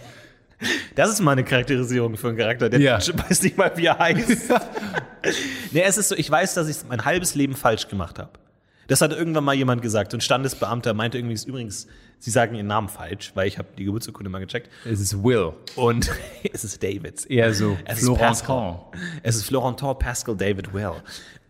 [SPEAKER 3] Das ist mal eine Charakterisierung für einen Charakter, der
[SPEAKER 4] Ja.
[SPEAKER 3] weiß nicht mal, wie er heißt. nee, es ist so, ich weiß, dass ich mein halbes Leben falsch gemacht habe. Das hat irgendwann mal jemand gesagt. Und Standesbeamter meinte irgendwie, übrigens, sie sagen ihren Namen falsch, weil ich habe die Geburtsurkunde mal gecheckt.
[SPEAKER 4] Es ist Will.
[SPEAKER 3] Und es ist David.
[SPEAKER 4] Eher so
[SPEAKER 3] Es ist
[SPEAKER 4] Florentin.
[SPEAKER 3] Es ist Florentin Pascal David Well.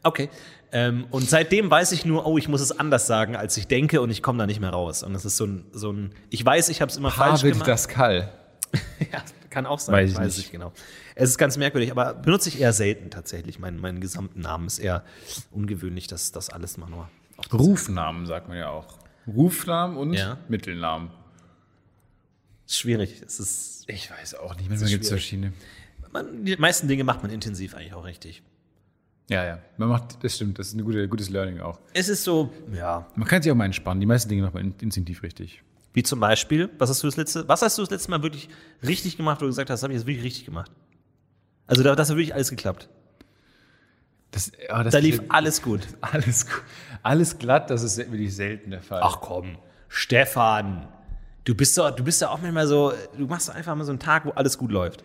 [SPEAKER 3] Okay. Ähm, und seitdem weiß ich nur, oh, ich muss es anders sagen, als ich denke, und ich komme da nicht mehr raus. Und das ist so ein, so ein ich weiß, ich habe es immer falsch
[SPEAKER 4] David
[SPEAKER 3] gemacht.
[SPEAKER 4] Pascal.
[SPEAKER 3] Ja, kann auch sein.
[SPEAKER 4] Weiß
[SPEAKER 3] Weiß
[SPEAKER 4] ich
[SPEAKER 3] ich weiß
[SPEAKER 4] nicht.
[SPEAKER 3] nicht genau. Es ist ganz merkwürdig, aber benutze ich eher selten tatsächlich. Mein, meinen gesamten Namen ist eher ungewöhnlich, dass das alles mal nur.
[SPEAKER 4] Rufnamen sagt man ja auch. Rufnamen und
[SPEAKER 3] Ja.
[SPEAKER 4] Mittelnamen.
[SPEAKER 3] Ist schwierig. Es ist, ich weiß.
[SPEAKER 4] Weiß auch nicht, manchmal gibt es verschiedene.
[SPEAKER 3] Man, die meisten Dinge macht man intensiv eigentlich auch richtig.
[SPEAKER 4] Ja, ja. Man macht, das stimmt, das ist ein gute, gutes Learning auch.
[SPEAKER 3] Es ist so, ja.
[SPEAKER 4] Man kann sich auch mal entspannen. Die meisten Dinge macht man in- instinktiv richtig.
[SPEAKER 3] Wie zum Beispiel, was hast du das letzte, was hast du das letzte Mal wirklich richtig gemacht, wo du gesagt hast, das habe ich jetzt wirklich richtig gemacht? Also da, das hat wirklich alles geklappt.
[SPEAKER 4] Das, ah, das
[SPEAKER 3] Da lief alles gut.
[SPEAKER 4] alles, gu- alles glatt, das ist se- wirklich selten der Fall.
[SPEAKER 3] Ach komm, Stefan. Du bist doch, du bist ja auch manchmal so, du machst doch einfach mal so einen Tag, wo alles gut läuft.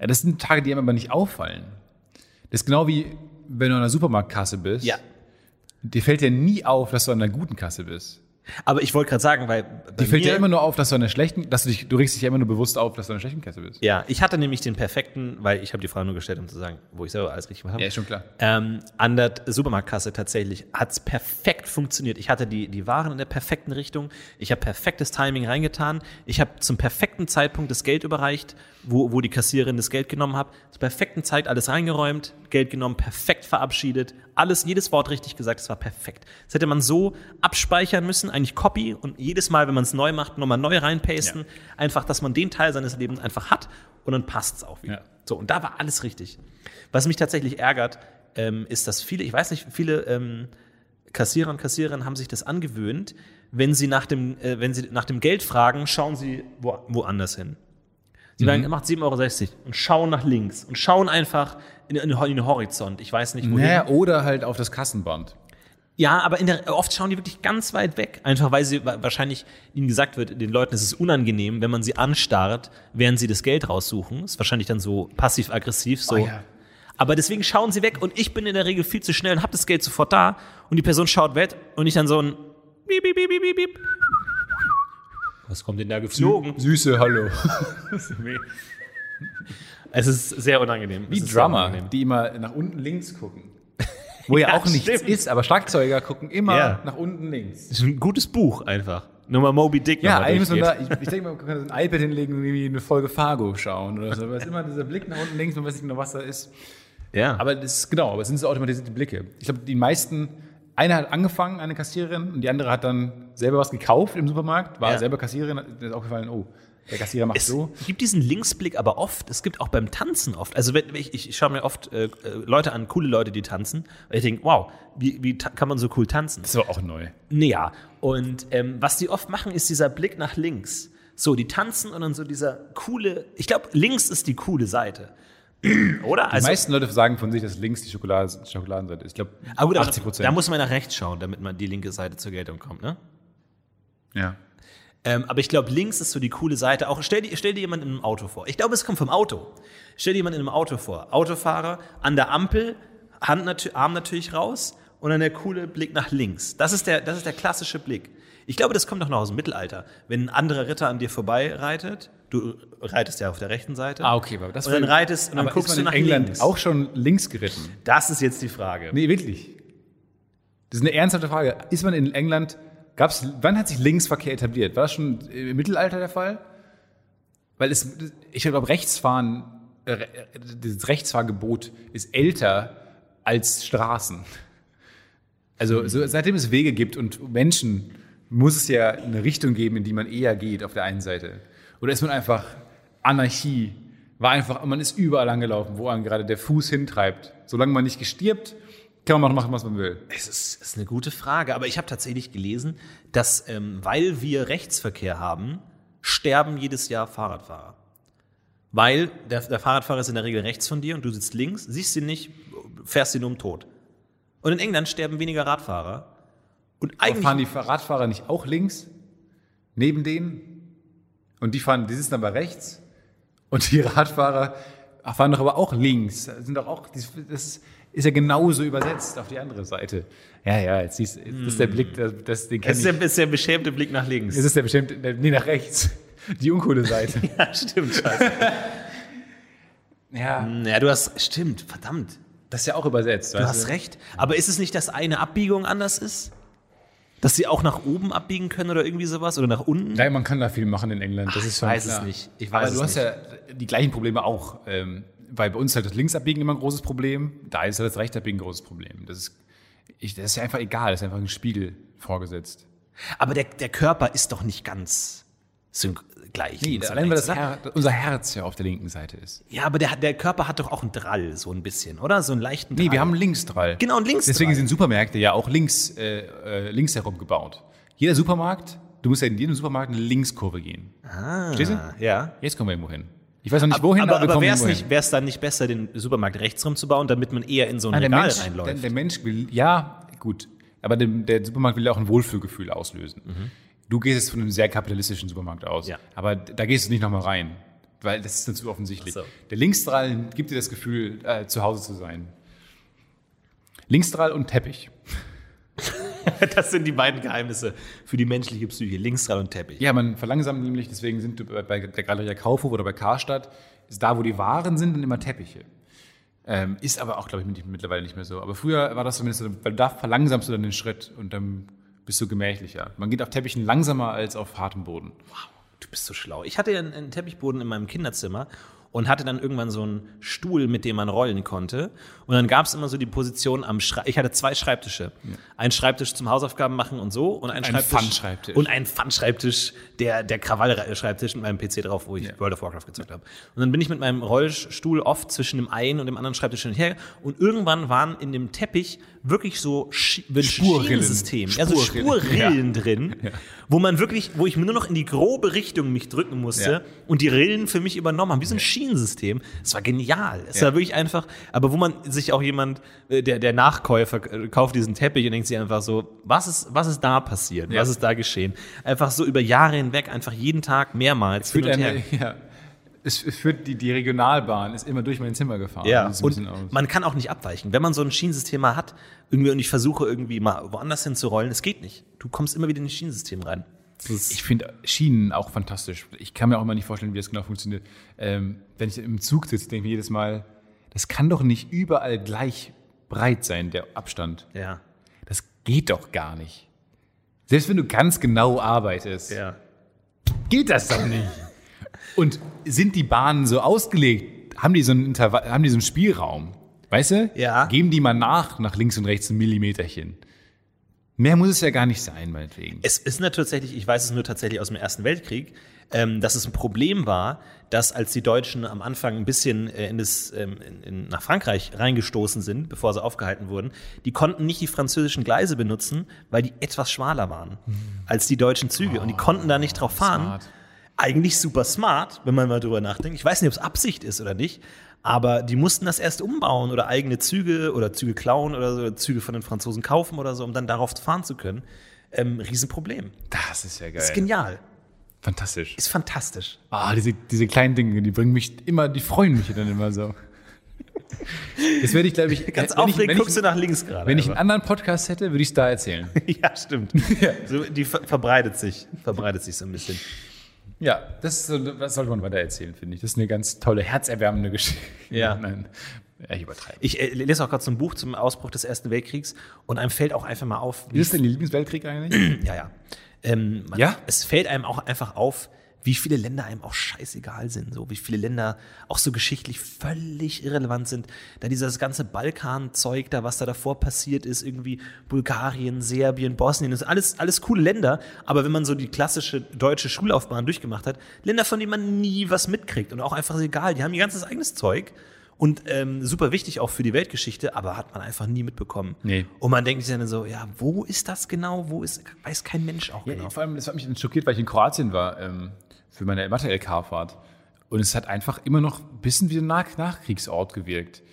[SPEAKER 4] Ja, das sind Tage, die einem aber nicht auffallen. Das ist genau wie, wenn du an der Supermarktkasse bist.
[SPEAKER 3] Ja.
[SPEAKER 4] Dir fällt ja nie auf, dass du an einer guten Kasse bist.
[SPEAKER 3] Aber ich wollte gerade sagen, weil bei
[SPEAKER 4] Dir fällt
[SPEAKER 3] mir,
[SPEAKER 4] ja immer nur auf, dass du an der schlechten, dass du dich, du regst dich ja immer nur bewusst auf, dass du an der schlechten Kasse bist.
[SPEAKER 3] ja, ich hatte nämlich den perfekten, weil ich habe die Frage nur gestellt, um zu sagen, wo ich selber alles richtig gemacht habe.
[SPEAKER 4] ist schon klar.
[SPEAKER 3] Ähm, an der Supermarktkasse tatsächlich hat's perfekt funktioniert. Ich hatte die, die Waren in der perfekten Richtung. Ich habe perfektes Timing reingetan. Ich habe zum perfekten Zeitpunkt das Geld überreicht, wo, wo die Kassiererin das Geld genommen hat. Zur perfekten Zeit alles reingeräumt, Geld genommen, perfekt verabschiedet. Alles, jedes Wort richtig gesagt, es war perfekt. Das hätte man so abspeichern müssen, eigentlich Copy und jedes Mal, wenn man es neu macht, nochmal neu reinpasten. Einfach, dass man den Teil seines Lebens einfach hat und dann passt's auch wieder.
[SPEAKER 4] Ja.
[SPEAKER 3] So, und da war alles richtig. Was mich tatsächlich ärgert, ähm, ist, dass viele, ich weiß nicht, viele ähm, Kassierer und Kassiererinnen haben sich das angewöhnt, wenn sie nach dem, äh, wenn sie nach dem Geld fragen, schauen sie wo, woanders hin. Sie
[SPEAKER 4] Mhm.
[SPEAKER 3] sagen, er macht 7,60 Euro und schauen nach links und schauen einfach in, in, in den Horizont. Ich weiß nicht, wohin.
[SPEAKER 4] Naja, oder halt auf das Kassenband.
[SPEAKER 3] Ja, aber in der, oft schauen die wirklich ganz weit weg, einfach weil sie wa- wahrscheinlich ihnen gesagt wird, den Leuten ist es unangenehm, wenn man sie anstarrt, während sie das Geld raussuchen. Ist wahrscheinlich dann so passiv-aggressiv, so.
[SPEAKER 4] Oh ja.
[SPEAKER 3] Aber deswegen schauen sie weg und ich bin in der Regel viel zu schnell und habe das Geld sofort da und die Person schaut weg und ich dann so ein Biep, Biep, Biep, Biep, Biep, Biep. Was kommt denn da geflogen?
[SPEAKER 4] Süße, hallo.
[SPEAKER 3] Es ist sehr unangenehm.
[SPEAKER 4] Wie
[SPEAKER 3] es ist
[SPEAKER 4] Drummer,
[SPEAKER 3] Sehr unangenehm.
[SPEAKER 4] die immer nach unten links gucken. Wo ja,
[SPEAKER 3] Ja,
[SPEAKER 4] auch nichts
[SPEAKER 3] stimmt.
[SPEAKER 4] ist, aber Schlagzeuger gucken immer
[SPEAKER 3] Ja.
[SPEAKER 4] nach unten links.
[SPEAKER 3] Das ist ein gutes Buch einfach. Nur mal Moby Dick.
[SPEAKER 4] Ja,
[SPEAKER 3] noch mal
[SPEAKER 4] eigentlich müssen wir da,
[SPEAKER 3] durchgeht.
[SPEAKER 4] ich, ich denke, man könnte so ein iPad hinlegen und irgendwie eine Folge Fargo schauen oder so. Weil es immer dieser Blick nach unten links, man weiß nicht genau, was da ist.
[SPEAKER 3] Ja.
[SPEAKER 4] Aber das ist genau, aber es sind so automatisierte Blicke. Ich glaube, die meisten, eine hat angefangen, eine Kassiererin, und die andere hat dann selber was gekauft im Supermarkt, war
[SPEAKER 3] Ja.
[SPEAKER 4] selber Kassiererin, hat ist aufgefallen, oh, der Kassierer macht
[SPEAKER 3] Es
[SPEAKER 4] so.
[SPEAKER 3] gibt diesen Linksblick aber oft. Es gibt auch beim Tanzen oft. Also wenn, ich, ich schaue mir oft äh, äh, Leute an, coole Leute, die tanzen. Und ich denke, wow, wie, wie ta- kann man so cool tanzen?
[SPEAKER 4] Das war auch neu.
[SPEAKER 3] Naja. Und ähm, was die oft machen, ist dieser Blick nach links. So, die tanzen und dann so dieser coole. Ich glaube, links ist die coole Seite. Oder? Also,
[SPEAKER 4] Die meisten Leute sagen von sich, dass links die Schokolade, Schokoladenseite ist. Ich glaube,
[SPEAKER 3] aber gut, aber
[SPEAKER 4] Ah, 80
[SPEAKER 3] Da
[SPEAKER 4] Prozent.
[SPEAKER 3] muss man nach rechts schauen, damit man die linke Seite zur Geltung kommt, ne?
[SPEAKER 4] Ja.
[SPEAKER 3] Ähm, aber ich glaube, links ist so die coole Seite. Auch stell dir, stell dir jemanden in einem Auto vor. Ich glaube, es kommt vom Auto. Stell dir jemanden in einem Auto vor. Autofahrer an der Ampel, Hand natü- Arm natürlich raus und dann der coole Blick nach links. Das ist der, das ist der klassische Blick. Ich glaube, das kommt doch noch aus dem Mittelalter. Wenn ein anderer Ritter an dir vorbeireitet, du reitest ja auf der rechten Seite.
[SPEAKER 4] Ah, okay, aber das
[SPEAKER 3] Und dann
[SPEAKER 4] war-
[SPEAKER 3] reitest und dann
[SPEAKER 4] aber
[SPEAKER 3] guckst
[SPEAKER 4] ist
[SPEAKER 3] du
[SPEAKER 4] man
[SPEAKER 3] nach
[SPEAKER 4] in England
[SPEAKER 3] links.
[SPEAKER 4] auch schon links geritten?
[SPEAKER 3] Das ist jetzt die Frage.
[SPEAKER 4] Nee, wirklich. Das ist eine ernsthafte Frage. Ist man in England, gab's, wann hat sich Linksverkehr etabliert? War das schon im Mittelalter der Fall? Weil es, ich glaube, Rechtsfahren, äh, re- dieses Rechtsfahrgebot ist älter als Straßen. Also so, seitdem es Wege gibt und Menschen, muss es ja eine Richtung geben, in die man eher geht auf der einen Seite. Oder ist man einfach Anarchie? War einfach, man ist überall angelaufen, wo einem gerade der Fuß hintreibt. Solange man nicht gestirbt, kann man machen, was man will.
[SPEAKER 3] Das ist, ist eine gute Frage, aber ich habe tatsächlich gelesen, dass ähm, weil wir Rechtsverkehr haben, sterben jedes Jahr Fahrradfahrer. Weil der, der Fahrradfahrer ist in der Regel rechts von dir und du sitzt links, siehst ihn nicht, fährst ihn um tot. Und in England sterben weniger Radfahrer. Und
[SPEAKER 4] Aber fahren
[SPEAKER 3] eigentlich
[SPEAKER 4] die Radfahrer nicht auch links? Neben denen? Und die fahren, die sitzen aber rechts. Und die Radfahrer fahren doch aber auch links. Sind doch auch, das ist, ist ja genauso übersetzt auf die andere Seite. Ja, ja, jetzt siehst, das ist der Blick, das, das, den kenn
[SPEAKER 3] es ist,
[SPEAKER 4] ich.
[SPEAKER 3] der, es ist der beschämte Blick nach links.
[SPEAKER 4] Es ist der bestimmt, äh, nee, nach rechts. Die uncoole Seite.
[SPEAKER 3] ja, stimmt, scheiße.
[SPEAKER 4] ja.
[SPEAKER 3] ja, du hast, stimmt, verdammt,
[SPEAKER 4] Das ist ja auch übersetzt.
[SPEAKER 3] du hast recht. Aber ist es nicht, dass eine Abbiegung anders ist? Dass sie auch nach oben abbiegen können oder irgendwie sowas? Oder nach unten?
[SPEAKER 4] Nein, man kann da viel machen in England. Das ist schon
[SPEAKER 3] Ah, weiß es
[SPEAKER 4] klar.
[SPEAKER 3] nicht. Ich
[SPEAKER 4] Aber
[SPEAKER 3] weiß
[SPEAKER 4] du
[SPEAKER 3] es
[SPEAKER 4] hast ja die gleichen Probleme auch. Ähm, weil bei uns ist halt das Linksabbiegen immer ein großes Problem. Da ist halt das Rechtsabbiegen ein großes Problem. Das ist, ich, das ist ja einfach egal. Das ist einfach ein Spiegel vorgesetzt.
[SPEAKER 3] Aber der, der Körper ist doch nicht ganz synch- gleich. links und rechts, oder?
[SPEAKER 4] unser Herz ja auf der linken Seite ist.
[SPEAKER 3] Ja, aber der, der Körper hat doch auch einen Drall, so ein bisschen, oder? So einen leichten Drall.
[SPEAKER 4] Nee, wir haben einen Linksdrall.
[SPEAKER 3] Genau, einen Linksdrall.
[SPEAKER 4] Deswegen sind Supermärkte ja auch links, äh, äh, links herum gebaut. Jeder Supermarkt, du musst ja in jedem Supermarkt eine Linkskurve gehen. Ah. Verstehst du?
[SPEAKER 3] Ja.
[SPEAKER 4] Jetzt kommen wir irgendwo hin. Ich weiß noch nicht wohin, aber,
[SPEAKER 3] aber
[SPEAKER 4] wir
[SPEAKER 3] aber
[SPEAKER 4] kommen
[SPEAKER 3] wäre es
[SPEAKER 4] irgendwo
[SPEAKER 3] nicht,
[SPEAKER 4] hin.
[SPEAKER 3] wär's dann nicht besser, den Supermarkt rechts rum zu bauen, damit man eher in so ein
[SPEAKER 4] Ah, der,
[SPEAKER 3] Regal
[SPEAKER 4] Mensch, der,
[SPEAKER 3] reinläuft?
[SPEAKER 4] der Mensch will, ja, gut. Aber dem, der Supermarkt will ja auch ein Wohlfühlgefühl auslösen. Du gehst jetzt von einem sehr kapitalistischen Supermarkt aus.
[SPEAKER 3] Mhm. Ja.
[SPEAKER 4] Aber da gehst du nicht nochmal rein. Weil das ist dann zu offensichtlich.
[SPEAKER 3] Ach so.
[SPEAKER 4] Der Linksdrall gibt dir das Gefühl, äh, zu Hause zu sein. Linksdrall und Teppich.
[SPEAKER 3] das sind die beiden Geheimnisse für die menschliche Psyche, Linksdrall und Teppich.
[SPEAKER 4] Ja, man verlangsamt nämlich, deswegen sind bei bei der Galeria Kaufhof oder bei Karstadt, ist da, wo die Waren sind, dann immer Teppiche. Ähm, ist aber auch, glaube ich, mit- mittlerweile nicht mehr so. Aber früher war das zumindest so, weil da verlangsamst du dann den Schritt und dann bist du gemächlicher. Man geht auf Teppichen langsamer als auf hartem Boden.
[SPEAKER 3] Du bist so schlau. Ich hatte einen, einen Teppichboden in meinem Kinderzimmer und hatte dann irgendwann so einen Stuhl, mit dem man rollen konnte. Und dann gab es immer so die Position am Schreibtisch. Ich hatte zwei Schreibtische. Einen Schreibtisch zum Hausaufgaben machen und so und einen
[SPEAKER 4] Ein
[SPEAKER 3] Schreibtisch.
[SPEAKER 4] Fun-Schreibtisch.
[SPEAKER 3] Und einen Fun-Schreibtisch, der, der Krawall-Schreibtisch mit meinem PC drauf, wo ich World of Warcraft gezockt habe. Und dann bin ich mit meinem Rollstuhl oft zwischen dem einen und dem anderen Schreibtisch hin und her. Und irgendwann waren in dem Teppich wirklich so Sch
[SPEAKER 4] Spurrillen.
[SPEAKER 3] Schienensystem, also
[SPEAKER 4] Spurrillen.
[SPEAKER 3] Spurrillen drin, wo man wirklich, wo ich nur noch in die grobe Richtung mich drücken musste
[SPEAKER 4] Ja.
[SPEAKER 3] und die Rillen für mich übernommen haben, wie so ein Schienensystem. Es war genial. Es
[SPEAKER 4] Ja.
[SPEAKER 3] war wirklich einfach, aber wo man sich auch jemand, äh, der, der Nachkäufer äh, kauft diesen Teppich und denkt sich einfach so, was ist, was ist da passiert? Was ist da geschehen? Einfach so über Jahre hinweg, einfach jeden Tag mehrmals
[SPEAKER 4] Führt
[SPEAKER 3] hin und
[SPEAKER 4] einem,
[SPEAKER 3] her.
[SPEAKER 4] ja, es, es führt die, die Regionalbahn ist immer durch mein Zimmer gefahren.
[SPEAKER 3] Ja,
[SPEAKER 4] Das ist ein bisschen aus.
[SPEAKER 3] und man kann auch nicht abweichen. Wenn man so ein Schienensystem mal hat, irgendwie und ich versuche irgendwie mal woanders hinzurollen, es geht nicht. Du kommst immer wieder in das Schienensystem rein.
[SPEAKER 4] Ich finde Schienen auch fantastisch. Ich kann mir auch immer nicht vorstellen, wie das genau funktioniert. Ähm, wenn ich im Zug sitze, denke ich mir jedes Mal, das kann doch nicht überall gleich breit sein, der Abstand.
[SPEAKER 3] Ja.
[SPEAKER 4] Das geht doch gar nicht. Selbst wenn du ganz genau arbeitest,
[SPEAKER 3] Ja.
[SPEAKER 4] geht das doch nicht. Und sind die Bahnen so ausgelegt? Haben die so einen, Intervall, haben die so einen Spielraum? Weißt du?
[SPEAKER 3] Ja.
[SPEAKER 4] Geben die mal nach, nach links und rechts ein Millimeterchen. Mehr muss es ja gar nicht sein, meinetwegen.
[SPEAKER 3] Es ist natürlich tatsächlich, ich weiß es nur tatsächlich aus dem Ersten Weltkrieg, ähm, dass es ein Problem war, dass als die Deutschen am Anfang ein bisschen äh, in das, ähm, in, in, nach Frankreich reingestoßen sind, bevor sie aufgehalten wurden, die konnten nicht die französischen Gleise benutzen, weil die etwas schmaler waren als die deutschen Züge und die konnten da nicht drauf fahren.
[SPEAKER 4] smart.
[SPEAKER 3] Eigentlich super smart, wenn man mal drüber nachdenkt. Ich weiß nicht, ob es Absicht ist oder nicht, aber die mussten das erst umbauen oder eigene Züge oder Züge klauen oder so, Züge von den Franzosen kaufen oder so, um dann darauf fahren zu können. Ähm, Riesenproblem.
[SPEAKER 4] Das ist ja geil.
[SPEAKER 3] Ist genial.
[SPEAKER 4] Fantastisch.
[SPEAKER 3] Ist fantastisch.
[SPEAKER 4] Ah, diese, diese kleinen Dinge, die bringen mich immer, die freuen mich dann immer so. Jetzt werde ich, glaube ich,
[SPEAKER 3] Ganz
[SPEAKER 4] wenn ich-
[SPEAKER 3] aufregend
[SPEAKER 4] wenn ich-
[SPEAKER 3] guckst du nach links gerade.
[SPEAKER 4] Wenn ich einen
[SPEAKER 3] aber.
[SPEAKER 4] anderen Podcast hätte, würde ich es da erzählen.
[SPEAKER 3] ja, stimmt. So, die ver verbreitet sich. Verbreitet sich so ein bisschen.
[SPEAKER 4] Ja, das, ist so, das sollte man weiter erzählen, finde ich. Das ist eine ganz tolle, herzerwärmende Geschichte.
[SPEAKER 3] Ja.
[SPEAKER 4] Nein, ja, ich übertreibe.
[SPEAKER 3] Ich äh, lese auch gerade so ein Buch zum Ausbruch des Ersten Weltkriegs und einem fällt auch einfach mal auf, wie
[SPEAKER 4] Ist das denn die Lieblingsweltkrieg eigentlich?
[SPEAKER 3] Ja, ja. Ähm, man,
[SPEAKER 4] Ja?
[SPEAKER 3] Es fällt einem auch einfach auf, wie viele Länder einem auch scheißegal sind, so wie viele Länder auch so geschichtlich völlig irrelevant sind. Da dieses ganze Balkan-Zeug, da was da davor passiert ist, irgendwie Bulgarien, Serbien, Bosnien, das sind alles, alles coole Länder. Aber wenn man so die klassische deutsche Schullaufbahn durchgemacht hat, Länder, von denen man nie was mitkriegt und auch einfach egal, die haben ihr ganzes eigenes Zeug. Und ähm, super wichtig auch für die Weltgeschichte, aber hat man einfach nie mitbekommen.
[SPEAKER 4] Nee.
[SPEAKER 3] Und man denkt sich dann so, ja, wo ist das genau? Wo ist, weiß kein Mensch auch genau.
[SPEAKER 4] Ja, vor allem, das hat mich dann schockiert, weil ich in Kroatien war ähm, für meine Mathe-LK-Fahrt. Und es hat einfach immer noch ein bisschen wie ein Nach Nachkriegsort gewirkt.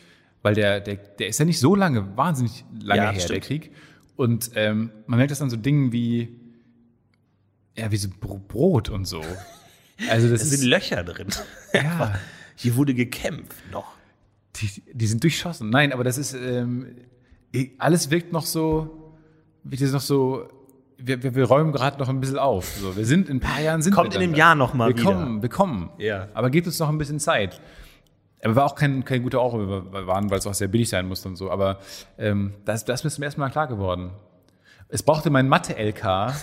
[SPEAKER 4] Weil der, der, der ist ja nicht so lange, wahnsinnig lange
[SPEAKER 3] Ja,
[SPEAKER 4] her, der
[SPEAKER 3] stimmt.
[SPEAKER 4] Krieg. Und ähm, man merkt das an so Dingen wie, ja, wie so Br- Brot und so. Also das
[SPEAKER 3] Es sind
[SPEAKER 4] ist,
[SPEAKER 3] Löcher drin.
[SPEAKER 4] ja,
[SPEAKER 3] Hier wurde gekämpft noch.
[SPEAKER 4] die, die sind durchschossen. Nein, aber das ist, ähm, eh, alles wirkt noch so, wirkt jetzt noch so, wir, wir, wir räumen gerade noch ein bisschen auf. So, wir sind in ein paar Jahren sind
[SPEAKER 3] Kommt
[SPEAKER 4] wir
[SPEAKER 3] in
[SPEAKER 4] dann
[SPEAKER 3] dem
[SPEAKER 4] da.
[SPEAKER 3] Jahr noch mal
[SPEAKER 4] wir
[SPEAKER 3] wieder.
[SPEAKER 4] Kommen, wir kommen.
[SPEAKER 3] Ja.
[SPEAKER 4] Aber gebt uns noch ein bisschen Zeit. Aber war auch kein, kein guter Ort, wo wir waren, weil es auch sehr billig sein musste und so. Aber ähm, das, das ist mir zum ersten Mal klar geworden. Es brauchte mein Mathe-LK,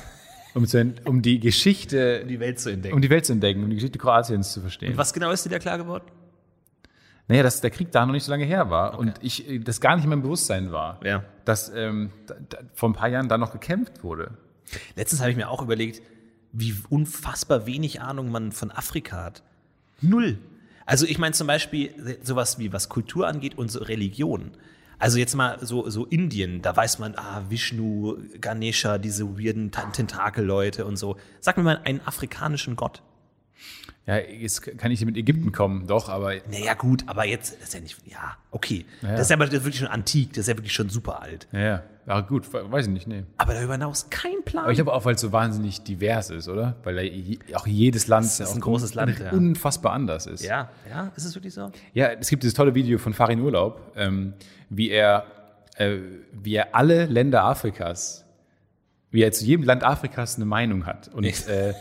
[SPEAKER 4] um, zu ent- um die Geschichte,
[SPEAKER 3] Die Welt zu entdecken.
[SPEAKER 4] um die Welt zu entdecken, um die Geschichte Kroatiens zu verstehen.
[SPEAKER 3] Was genau ist dir da klar geworden?
[SPEAKER 4] Naja, dass der Krieg da noch nicht so lange her war und ich äh, das gar nicht in meinem Bewusstsein war,
[SPEAKER 3] Ja.
[SPEAKER 4] dass ähm, da, da, vor ein paar Jahren da noch gekämpft wurde.
[SPEAKER 3] Letztens habe ich mir auch überlegt, wie unfassbar wenig Ahnung man von Afrika hat. Null. Also ich meine zum Beispiel äh, sowas wie was Kultur angeht und so Religion. Also jetzt mal so, so Indien, da weiß man, ah, Vishnu, Ganesha, diese weirden Ta- Tentakelleute und so. Sag mir mal einen afrikanischen Gott.
[SPEAKER 4] Ja, jetzt kann ich mit Ägypten kommen, doch, aber
[SPEAKER 3] Naja, gut, aber jetzt das ist ja nicht. Ja, okay.
[SPEAKER 4] ja.
[SPEAKER 3] Das ist aber wirklich schon antik, das ist ja wirklich schon super alt.
[SPEAKER 4] ja, ja, ja gut, we- weiß ich nicht, nee.
[SPEAKER 3] Aber darüber hinaus kein Plan.
[SPEAKER 4] Aber ich glaube auch, weil es so wahnsinnig divers ist, oder? Weil da je, auch jedes Land
[SPEAKER 3] ist
[SPEAKER 4] auch
[SPEAKER 3] ein großes
[SPEAKER 4] un-
[SPEAKER 3] Land, ja.
[SPEAKER 4] unfassbar anders ist.
[SPEAKER 3] ja, ja, ist es wirklich so?
[SPEAKER 4] Ja, es gibt dieses tolle Video von Farin Urlaub, ähm, wie er, äh, wie er alle Länder Afrikas, wie er zu jedem Land Afrikas eine Meinung hat und äh,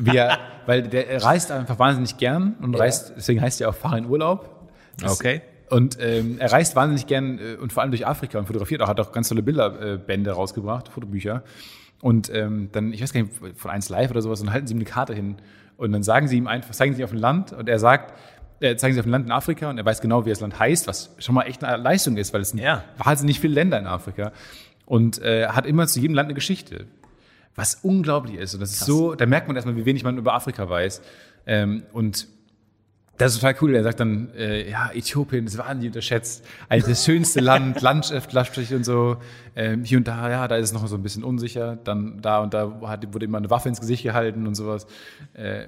[SPEAKER 4] wie er, weil der reist einfach wahnsinnig gern und reist, deswegen heißt er auch Farin Urlaub.
[SPEAKER 3] Okay.
[SPEAKER 4] Und ähm, er reist wahnsinnig gern äh, und vor allem durch Afrika und fotografiert auch, hat auch ganz tolle Bilderbände äh, Bände rausgebracht, Fotobücher. Und ähm, dann, ich weiß gar nicht, von 1 Live oder sowas, und halten sie ihm eine Karte hin. Und dann sagen sie ihm einfach, zeigen sie auf ein Land und er sagt, äh, zeigen sie auf ein Land in Afrika und er weiß genau, wie das Land heißt, was schon mal echt eine Leistung ist, weil es sind
[SPEAKER 3] Ja.
[SPEAKER 4] wahnsinnig viele Länder in Afrika. Und äh, hat immer zu jedem Land eine Geschichte. Was unglaublich ist. Und das ist so, da merkt man erstmal, wie wenig man über Afrika weiß. Ähm, und das ist total cool. Er sagt dann, äh, ja, Äthiopien, das waren die unterschätzt. Eigentlich das schönste Land, Landschaft, Landschaft und so. Ähm, hier und da, ja, da ist es noch so ein bisschen unsicher. Dann da und da hat, wurde immer eine Waffe ins Gesicht gehalten und sowas. Äh,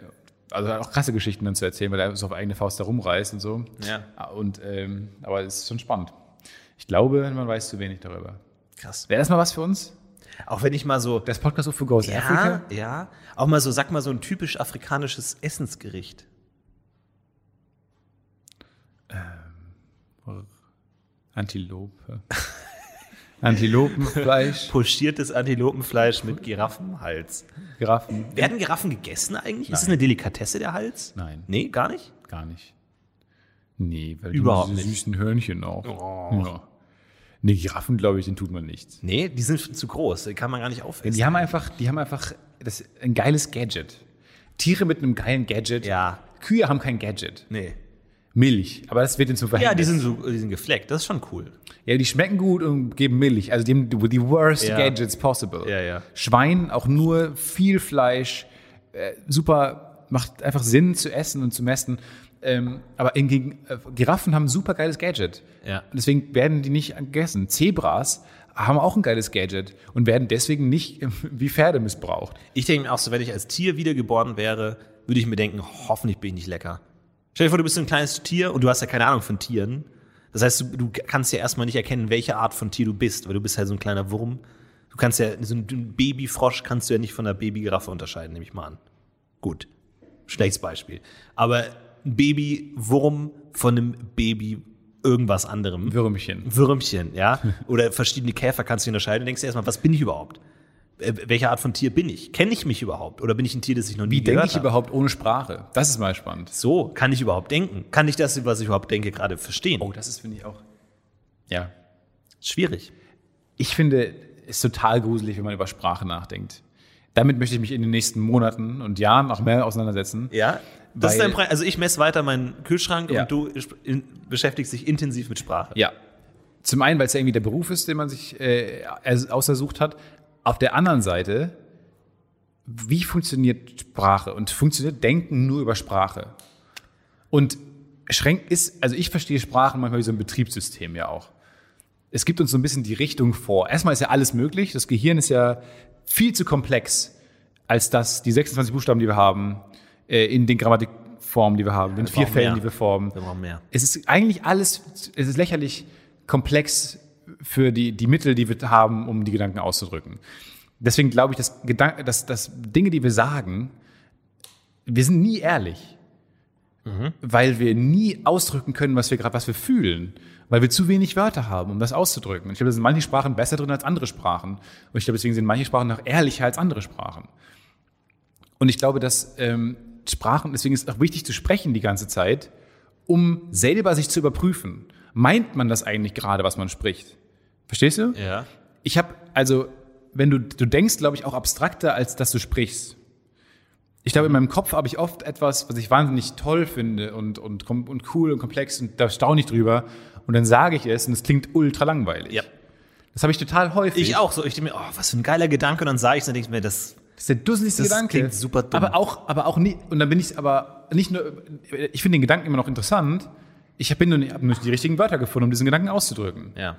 [SPEAKER 4] also er hat auch krasse Geschichten dann zu erzählen, weil er so auf eigene Faust da rumreist und so.
[SPEAKER 3] Ja.
[SPEAKER 4] Ah, Und, ähm, aber es ist schon spannend. Ich glaube, man weiß zu wenig darüber.
[SPEAKER 3] Krass.
[SPEAKER 4] Wäre das mal was für uns?
[SPEAKER 3] Auch wenn ich mal so.
[SPEAKER 4] Das Podcast UFO Goes
[SPEAKER 3] Ja,
[SPEAKER 4] Africa?
[SPEAKER 3] ja. Auch mal so, sag mal so ein typisch afrikanisches Essensgericht.
[SPEAKER 4] Antilope. Antilopenfleisch,
[SPEAKER 3] Pochiertes Antilopenfleisch mit Giraffenhals.
[SPEAKER 4] Giraffen.
[SPEAKER 3] Werden Giraffen gegessen eigentlich? Ist es eine Delikatesse, der Hals?
[SPEAKER 4] Nein.
[SPEAKER 3] Nee, gar nicht?
[SPEAKER 4] Gar nicht. Nee, weil
[SPEAKER 3] Überhaupt
[SPEAKER 4] die diese
[SPEAKER 3] nicht.
[SPEAKER 4] süßen Hörnchen auch. Ja. Nee, Giraffen, glaube ich, den tut man nichts.
[SPEAKER 3] Nee, die sind zu groß. Die kann man gar nicht aufessen.
[SPEAKER 4] Die haben einfach, die haben einfach das, ein geiles Gadget. Tiere mit einem geilen Gadget.
[SPEAKER 3] Ja.
[SPEAKER 4] Kühe haben kein Gadget.
[SPEAKER 3] Nee.
[SPEAKER 4] Milch, aber das wird ihnen zum Verhängnis.
[SPEAKER 3] Ja, die sind, so, die sind gefleckt. Das ist schon cool.
[SPEAKER 4] ja, die schmecken gut und geben Milch. Also die haben die die worst
[SPEAKER 3] Ja.
[SPEAKER 4] Gadgets possible.
[SPEAKER 3] Ja, ja.
[SPEAKER 4] Schwein, auch nur viel Fleisch, äh, super, macht einfach Sinn zu essen und zu messen. Ähm, aber hingegen, äh, Giraffen haben ein super geiles Gadget.
[SPEAKER 3] Ja.
[SPEAKER 4] Und deswegen werden die nicht gegessen. Zebras haben auch ein geiles Gadget und werden deswegen nicht äh, wie Pferde missbraucht.
[SPEAKER 3] Ich denke mir auch so, wenn ich als Tier wiedergeboren wäre, würde ich mir denken, hoffentlich bin ich nicht lecker. Stell dir vor, du bist so ein kleines Tier und du hast ja keine Ahnung von Tieren. Das heißt, du, du kannst ja erstmal nicht erkennen, welche Art von Tier du bist, weil du bist halt so ein kleiner Wurm. Du kannst ja, so einen Babyfrosch kannst du ja nicht von einer Babygiraffe unterscheiden, nehme ich mal an. Gut, schlechtes Beispiel. Aber ein Babywurm von einem Baby irgendwas anderem.
[SPEAKER 4] Würmchen.
[SPEAKER 3] Würmchen, ja. Oder verschiedene Käfer kannst du unterscheiden. Du denkst dir erstmal, was bin ich überhaupt? Äh, Welche Art von Tier bin ich? Kenne ich mich überhaupt? Oder bin ich ein Tier, das ich noch nie
[SPEAKER 4] Wie
[SPEAKER 3] gehört
[SPEAKER 4] denke ich
[SPEAKER 3] habe?
[SPEAKER 4] überhaupt ohne Sprache? Das ist mal spannend.
[SPEAKER 3] So, kann ich überhaupt denken? Kann ich das, was ich überhaupt denke, gerade verstehen?
[SPEAKER 4] Oh, das ist, finde ich, auch. Ja,
[SPEAKER 3] Schwierig.
[SPEAKER 4] Ich finde es total gruselig, wenn man über Sprache nachdenkt. Damit möchte ich mich in den nächsten Monaten und Jahren noch mehr auseinandersetzen.
[SPEAKER 3] Ja. Das ist
[SPEAKER 4] Weil-
[SPEAKER 3] ein Pre also ich messe weiter meinen Kühlschrank
[SPEAKER 4] Ja.
[SPEAKER 3] und du sp- in, beschäftigst dich intensiv mit Sprache.
[SPEAKER 4] Ja. Zum einen, weil es ja irgendwie der Beruf ist, den man sich äh, aus- ausersucht hat. Auf der anderen Seite, wie funktioniert Sprache und funktioniert Denken nur über Sprache? Und schränkt ist, also ich verstehe Sprachen manchmal wie so ein Betriebssystem ja auch. Es gibt uns so ein bisschen die Richtung vor. Erstmal ist ja alles möglich. Das Gehirn ist ja viel zu komplex, als dass die 26 Buchstaben, die wir haben, äh, in den Grammatikformen, die wir haben, in vier
[SPEAKER 3] brauchen
[SPEAKER 4] Fällen,
[SPEAKER 3] mehr.
[SPEAKER 4] die wir formen.
[SPEAKER 3] Wir brauchen mehr.
[SPEAKER 4] Es ist eigentlich alles, es ist lächerlich komplex für die, die Mittel, die wir haben, um die Gedanken auszudrücken. Deswegen glaube ich, dass, Gedanken, dass, dass Dinge, die wir sagen, wir sind nie ehrlich. Weil wir nie ausdrücken können, was wir gerade, was wir fühlen. Weil wir zu wenig Wörter haben, um das auszudrücken. Und ich glaube, da sind manche Sprachen besser drin als andere Sprachen. Und ich glaube, deswegen sind manche Sprachen noch ehrlicher als andere Sprachen. Und ich glaube, dass ähm, Sprachen, deswegen ist es auch wichtig zu sprechen die ganze Zeit, um selber sich zu überprüfen. Meint man das eigentlich gerade, was man spricht? Verstehst du?
[SPEAKER 3] Ja.
[SPEAKER 4] Ich habe, also, wenn du, du denkst, glaube ich, auch abstrakter, als dass du sprichst. Ich glaube, in meinem Kopf habe ich oft etwas, was ich wahnsinnig toll finde und, und, kom- und cool und komplex und da staune ich drüber. Und dann sage ich es und es klingt ultra langweilig.
[SPEAKER 3] Ja.
[SPEAKER 4] Das habe ich total häufig.
[SPEAKER 3] Ich auch so. Ich denke mir, oh, was für ein geiler Gedanke. Und dann sage ich es und denke ich mir, das
[SPEAKER 4] Das ist der dusseligste
[SPEAKER 3] Das
[SPEAKER 4] Gedanke.
[SPEAKER 3] klingt super dumm.
[SPEAKER 4] Aber auch, aber auch nie, und dann bin ich aber nicht nur, ich finde den Gedanken immer noch interessant. Ich bin nur nicht, hab nur nicht die richtigen Wörter gefunden, um diesen Gedanken auszudrücken.
[SPEAKER 3] ja.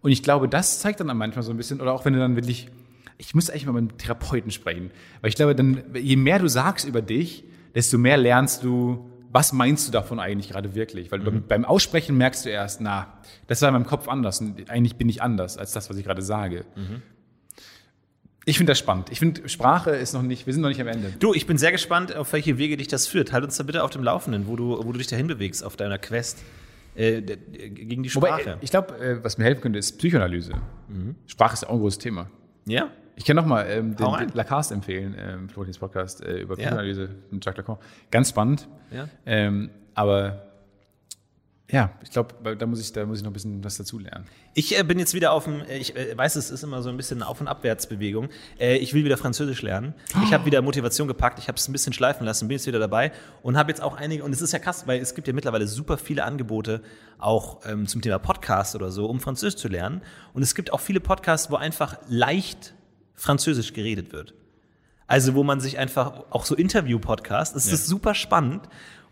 [SPEAKER 4] Und ich glaube, das zeigt dann manchmal so ein bisschen, oder auch wenn du dann wirklich, ich muss eigentlich mal mit einem Therapeuten sprechen, weil ich glaube, dann, je mehr du sagst über dich, desto mehr lernst du, was meinst du davon eigentlich gerade wirklich? Weil beim, beim Aussprechen merkst du erst, na, das war in meinem Kopf anders und eigentlich bin ich anders als das, was ich gerade sage. Ich finde das spannend. Ich finde, Sprache ist noch nicht, wir sind noch nicht am Ende.
[SPEAKER 3] Du, ich bin sehr gespannt, auf welche Wege dich das führt. Halt uns da bitte auf dem Laufenden, wo du, wo du dich dahin bewegst auf deiner Quest äh, d- d- gegen die
[SPEAKER 4] Wobei,
[SPEAKER 3] Sprache.
[SPEAKER 4] ich glaube, äh, was mir helfen könnte, ist Psychoanalyse. Sprache ist auch ein großes Thema.
[SPEAKER 3] ja?
[SPEAKER 4] Ich kann nochmal ähm, den,
[SPEAKER 3] Hau rein.
[SPEAKER 4] den Lacasse empfehlen, ähm, Florentins Podcast äh, über
[SPEAKER 3] Ja.
[SPEAKER 4] Psychoanalyse mit Jacques Lacan. Ganz spannend.
[SPEAKER 3] Ja.
[SPEAKER 4] Ähm, aber ja, ich glaube, da muss ich, da muss ich noch ein bisschen was dazu lernen.
[SPEAKER 3] Ich äh, bin jetzt wieder auf dem, äh, ich äh, weiß, es ist immer so ein bisschen eine Auf- und Abwärtsbewegung. Äh, ich will wieder Französisch lernen. Ich habe wieder Motivation gepackt, ich habe es ein bisschen schleifen lassen, bin jetzt wieder dabei und habe jetzt auch einige, und es ist ja krass, weil es gibt ja mittlerweile super viele Angebote auch ähm, zum Thema Podcast oder so, um Französisch zu lernen. Und es gibt auch viele Podcasts, wo einfach leicht Französisch geredet wird. Also wo man sich einfach auch so Interview-Podcasts, es ist super spannend,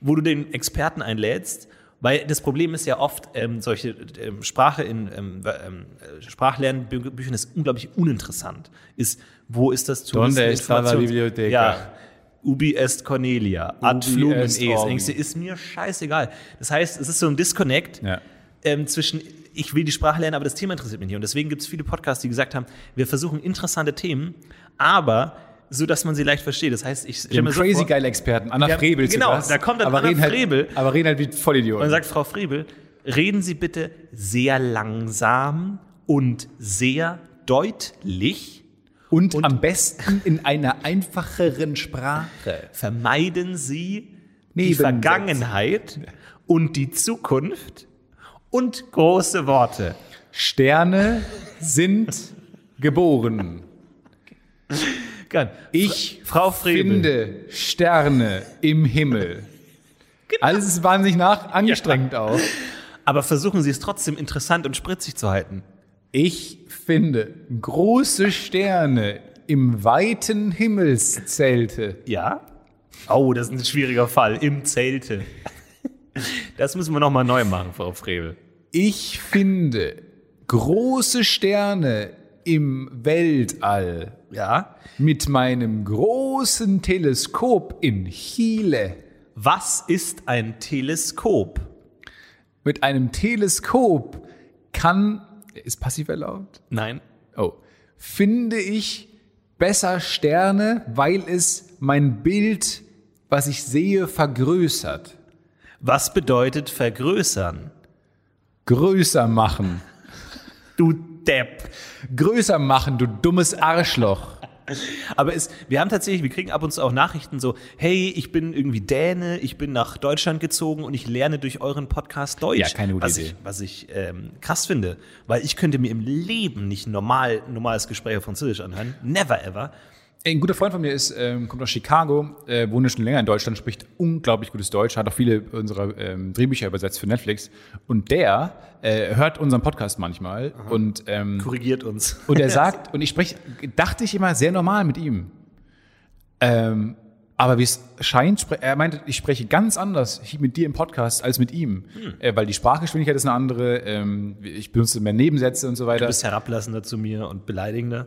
[SPEAKER 3] wo du den Experten einlädst, weil das Problem ist ja oft, ähm, solche ähm, Sprache in ähm, ähm, äh, Sprachlernbüchern ist unglaublich uninteressant. Ist, wo ist das zu
[SPEAKER 4] Donde
[SPEAKER 3] wissen,
[SPEAKER 4] está la
[SPEAKER 3] Informations-
[SPEAKER 4] biblioteca?
[SPEAKER 3] Ja. Ubi est Cornelia, ad
[SPEAKER 4] Ubi
[SPEAKER 3] flumen
[SPEAKER 4] est
[SPEAKER 3] est.
[SPEAKER 4] Orbi.
[SPEAKER 3] Denkst du, Ist mir scheißegal. Das heißt, es ist so ein Disconnect
[SPEAKER 4] Ja.
[SPEAKER 3] ähm, zwischen, ich will die Sprache lernen, aber das Thema interessiert mich nicht. Und deswegen gibt es viele Podcasts, die gesagt haben, wir versuchen interessante Themen, aber so, dass man sie leicht versteht. Das heißt, ich
[SPEAKER 4] Wir
[SPEAKER 3] stelle
[SPEAKER 4] haben
[SPEAKER 3] mir so
[SPEAKER 4] crazy
[SPEAKER 3] vor,
[SPEAKER 4] geile Experten. Anna
[SPEAKER 3] Ja,
[SPEAKER 4] Frebel zu
[SPEAKER 3] genau,
[SPEAKER 4] Gast,
[SPEAKER 3] da kommt dann
[SPEAKER 4] aber
[SPEAKER 3] Anna
[SPEAKER 4] reden
[SPEAKER 3] Frebel.
[SPEAKER 4] Halt, aber reden halt wie
[SPEAKER 3] man
[SPEAKER 4] Vollidioten.
[SPEAKER 3] sagt, Frau Frebel, Reden Sie bitte sehr langsam und sehr deutlich.
[SPEAKER 4] Und, am besten in einer einfacheren Sprache.
[SPEAKER 3] Vermeiden Sie die
[SPEAKER 4] Nebensätze.
[SPEAKER 3] Vergangenheit und die Zukunft und große Worte.
[SPEAKER 4] Sterne sind geboren.
[SPEAKER 3] Gern.
[SPEAKER 4] Ich
[SPEAKER 3] Frau Frebel.
[SPEAKER 4] finde Sterne im Himmel.
[SPEAKER 3] Genau.
[SPEAKER 4] Alles ist wahnsinnig nach angestrengt auch.
[SPEAKER 3] Aber versuchen Sie es trotzdem interessant und spritzig zu halten.
[SPEAKER 4] Ich finde große Sterne im weiten Himmelszelte.
[SPEAKER 3] Ja? Oh, das ist ein schwieriger Fall. Im Zelte. Das müssen wir nochmal neu machen, Frau Frevel.
[SPEAKER 4] Ich finde große Sterne im Weltall
[SPEAKER 3] Ja?
[SPEAKER 4] mit meinem großen Teleskop in Chile.
[SPEAKER 3] Was ist ein Teleskop?
[SPEAKER 4] Mit einem Teleskop kann. Ist passiv erlaubt?
[SPEAKER 3] Nein.
[SPEAKER 4] Oh. Finde ich besser Sterne, weil es mein Bild, was ich sehe, vergrößert.
[SPEAKER 3] Was bedeutet vergrößern?
[SPEAKER 4] Größer machen.
[SPEAKER 3] Du Depp.
[SPEAKER 4] Größer machen, du dummes Arschloch.
[SPEAKER 3] Aber es, wir haben tatsächlich, wir kriegen ab und zu auch Nachrichten so, hey, ich bin irgendwie Däne, ich bin nach Deutschland gezogen und ich lerne durch euren Podcast Deutsch.
[SPEAKER 4] Ja, keine gute
[SPEAKER 3] was
[SPEAKER 4] Idee.
[SPEAKER 3] Ich, was ich ähm, krass finde, weil ich könnte mir im Leben nicht normal, normales Gespräch auf Französisch anhören. Never ever.
[SPEAKER 4] Ein guter Freund von mir ist, ähm, kommt aus Chicago, äh, wohnt schon länger in Deutschland, spricht unglaublich gutes Deutsch, hat auch viele unserer ähm, Drehbücher übersetzt für Netflix. Und der äh, hört unseren Podcast manchmal und ähm,
[SPEAKER 3] Korrigiert uns.
[SPEAKER 4] Und er sagt, und ich spreche, dachte ich immer sehr normal mit ihm. Ähm, aber wie es scheint, spre- er meinte, ich spreche ganz anders hi- mit dir im Podcast als mit ihm.
[SPEAKER 3] Hm.
[SPEAKER 4] Äh, weil die Sprachgeschwindigkeit ist eine andere, ähm, ich benutze mehr Nebensätze und so weiter.
[SPEAKER 3] Du bist herablassender zu mir und beleidigender.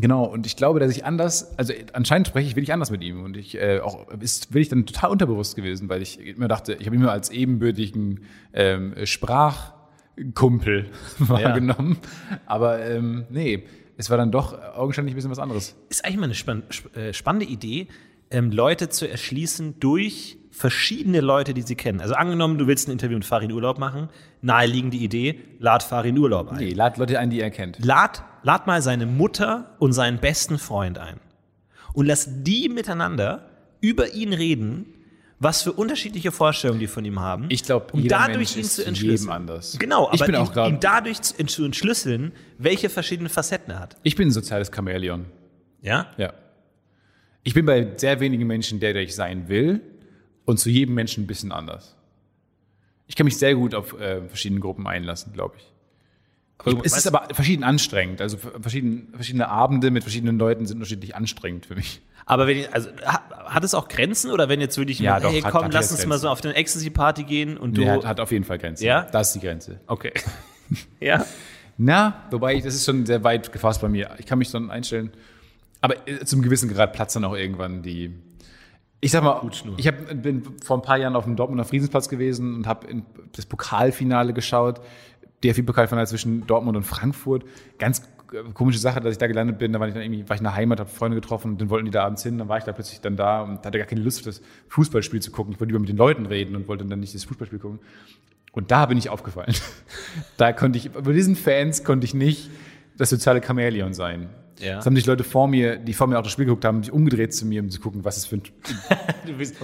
[SPEAKER 4] Genau, und ich glaube, dass ich anders, also anscheinend spreche ich wirklich anders mit ihm. Und ich äh, auch ist will ich dann total unterbewusst gewesen, weil ich immer dachte, ich habe ihn immer als ebenbürtigen ähm, Sprachkumpel wahrgenommen. Aber ähm, nee, es war dann doch augenscheinlich ein bisschen was anderes.
[SPEAKER 3] Ist eigentlich mal eine spann sp äh, spannende Idee, ähm, Leute zu erschließen durch verschiedene Leute, die sie kennen. Also angenommen, du willst ein Interview mit Farin Urlaub machen, naheliegende Idee, lad Farin Urlaub ein.
[SPEAKER 4] Nee, lad Leute ein, die er kennt.
[SPEAKER 3] Lad, lad mal seine Mutter und seinen besten Freund ein. Und lass die miteinander über ihn reden, was für unterschiedliche Vorstellungen die von ihm haben.
[SPEAKER 4] Ich glaub,
[SPEAKER 3] um
[SPEAKER 4] jeder
[SPEAKER 3] dadurch
[SPEAKER 4] Mensch
[SPEAKER 3] ihn
[SPEAKER 4] ist
[SPEAKER 3] zu
[SPEAKER 4] jedem
[SPEAKER 3] entschlüsseln.
[SPEAKER 4] anders.
[SPEAKER 3] Genau, aber
[SPEAKER 4] Ich bin auch
[SPEAKER 3] ihn,
[SPEAKER 4] grad-
[SPEAKER 3] ihn dadurch zu, zu entschlüsseln, welche verschiedenen Facetten er hat.
[SPEAKER 4] Ich bin ein soziales Chamäleon.
[SPEAKER 3] Ja?
[SPEAKER 4] Ja. Ich bin bei sehr wenigen Menschen der, der ich sein will und zu jedem Menschen ein bisschen anders. Ich kann mich sehr gut auf äh, verschiedene Gruppen einlassen, glaube ich.
[SPEAKER 3] Aber
[SPEAKER 4] es ist
[SPEAKER 3] weißt-
[SPEAKER 4] aber verschieden anstrengend. Also ver- verschieden, verschiedene Abende mit verschiedenen Leuten sind unterschiedlich anstrengend für mich.
[SPEAKER 3] Aber wenn, also, ha, hat es auch Grenzen oder wenn jetzt wirklich
[SPEAKER 4] Ja,
[SPEAKER 3] jemand,
[SPEAKER 4] doch,
[SPEAKER 3] hey,
[SPEAKER 4] hat-
[SPEAKER 3] komm,
[SPEAKER 4] hat
[SPEAKER 3] lass
[SPEAKER 4] jetzt
[SPEAKER 3] uns
[SPEAKER 4] Grenzen.
[SPEAKER 3] mal so auf eine Ecstasy-Party gehen und du.
[SPEAKER 4] Der hat, hat auf jeden Fall Grenzen.
[SPEAKER 3] Ja?
[SPEAKER 4] Das ist die Grenze.
[SPEAKER 3] okay. ja.
[SPEAKER 4] Na, wobei, ich- das ist schon sehr weit gefasst bei mir. Ich kann mich dann einstellen. Aber äh, zum gewissen Grad platzt dann auch irgendwann die. Ich sag mal, ich hab, bin vor ein paar Jahren auf dem Dortmunder Friesensplatz gewesen und habe das Pokalfinale geschaut. DFB-Pokalfinale zwischen Dortmund und Frankfurt. Ganz äh, komische Sache, dass ich da gelandet bin. Da war ich dann irgendwie, war ich in der Heimat, habe Freunde getroffen und dann wollten die da abends hin. Dann war ich da plötzlich dann da und hatte gar keine Lust, das Fußballspiel zu gucken. Ich wollte lieber mit den Leuten reden und wollte dann nicht das Fußballspiel gucken. Und da bin ich aufgefallen. da konnte ich, bei diesen Fans konnte ich nicht das soziale Chamäleon sein.
[SPEAKER 3] Ja.
[SPEAKER 4] Das haben sich Leute vor mir, die vor mir auch das Spiel geguckt haben, sich umgedreht zu mir, um zu gucken, was es für ein,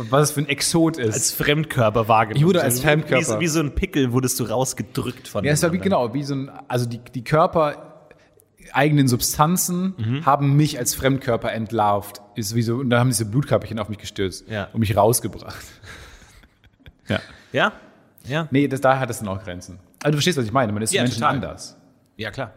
[SPEAKER 4] was es für ein Exot ist.
[SPEAKER 3] als Fremdkörper wahrgenommen.
[SPEAKER 4] Ich wurde als
[SPEAKER 3] So
[SPEAKER 4] Fremdkörper.
[SPEAKER 3] Wie, so- wie so ein Pickel wurdest du rausgedrückt von
[SPEAKER 4] ja, es war wie,
[SPEAKER 3] anderen.
[SPEAKER 4] genau, wie so ein, also die, die Körper eigenen Substanzen haben mich als Fremdkörper entlarvt. Ist wie so, und da haben diese Blutkörperchen auf mich gestürzt
[SPEAKER 3] Ja.
[SPEAKER 4] und mich rausgebracht. ja.
[SPEAKER 3] Ja, ja,
[SPEAKER 4] Nee, das, da hat es dann auch Grenzen. Also du verstehst, was ich meine. Man ist
[SPEAKER 3] Ja,
[SPEAKER 4] ja, Menschen
[SPEAKER 3] total.
[SPEAKER 4] anders.
[SPEAKER 3] ja klar.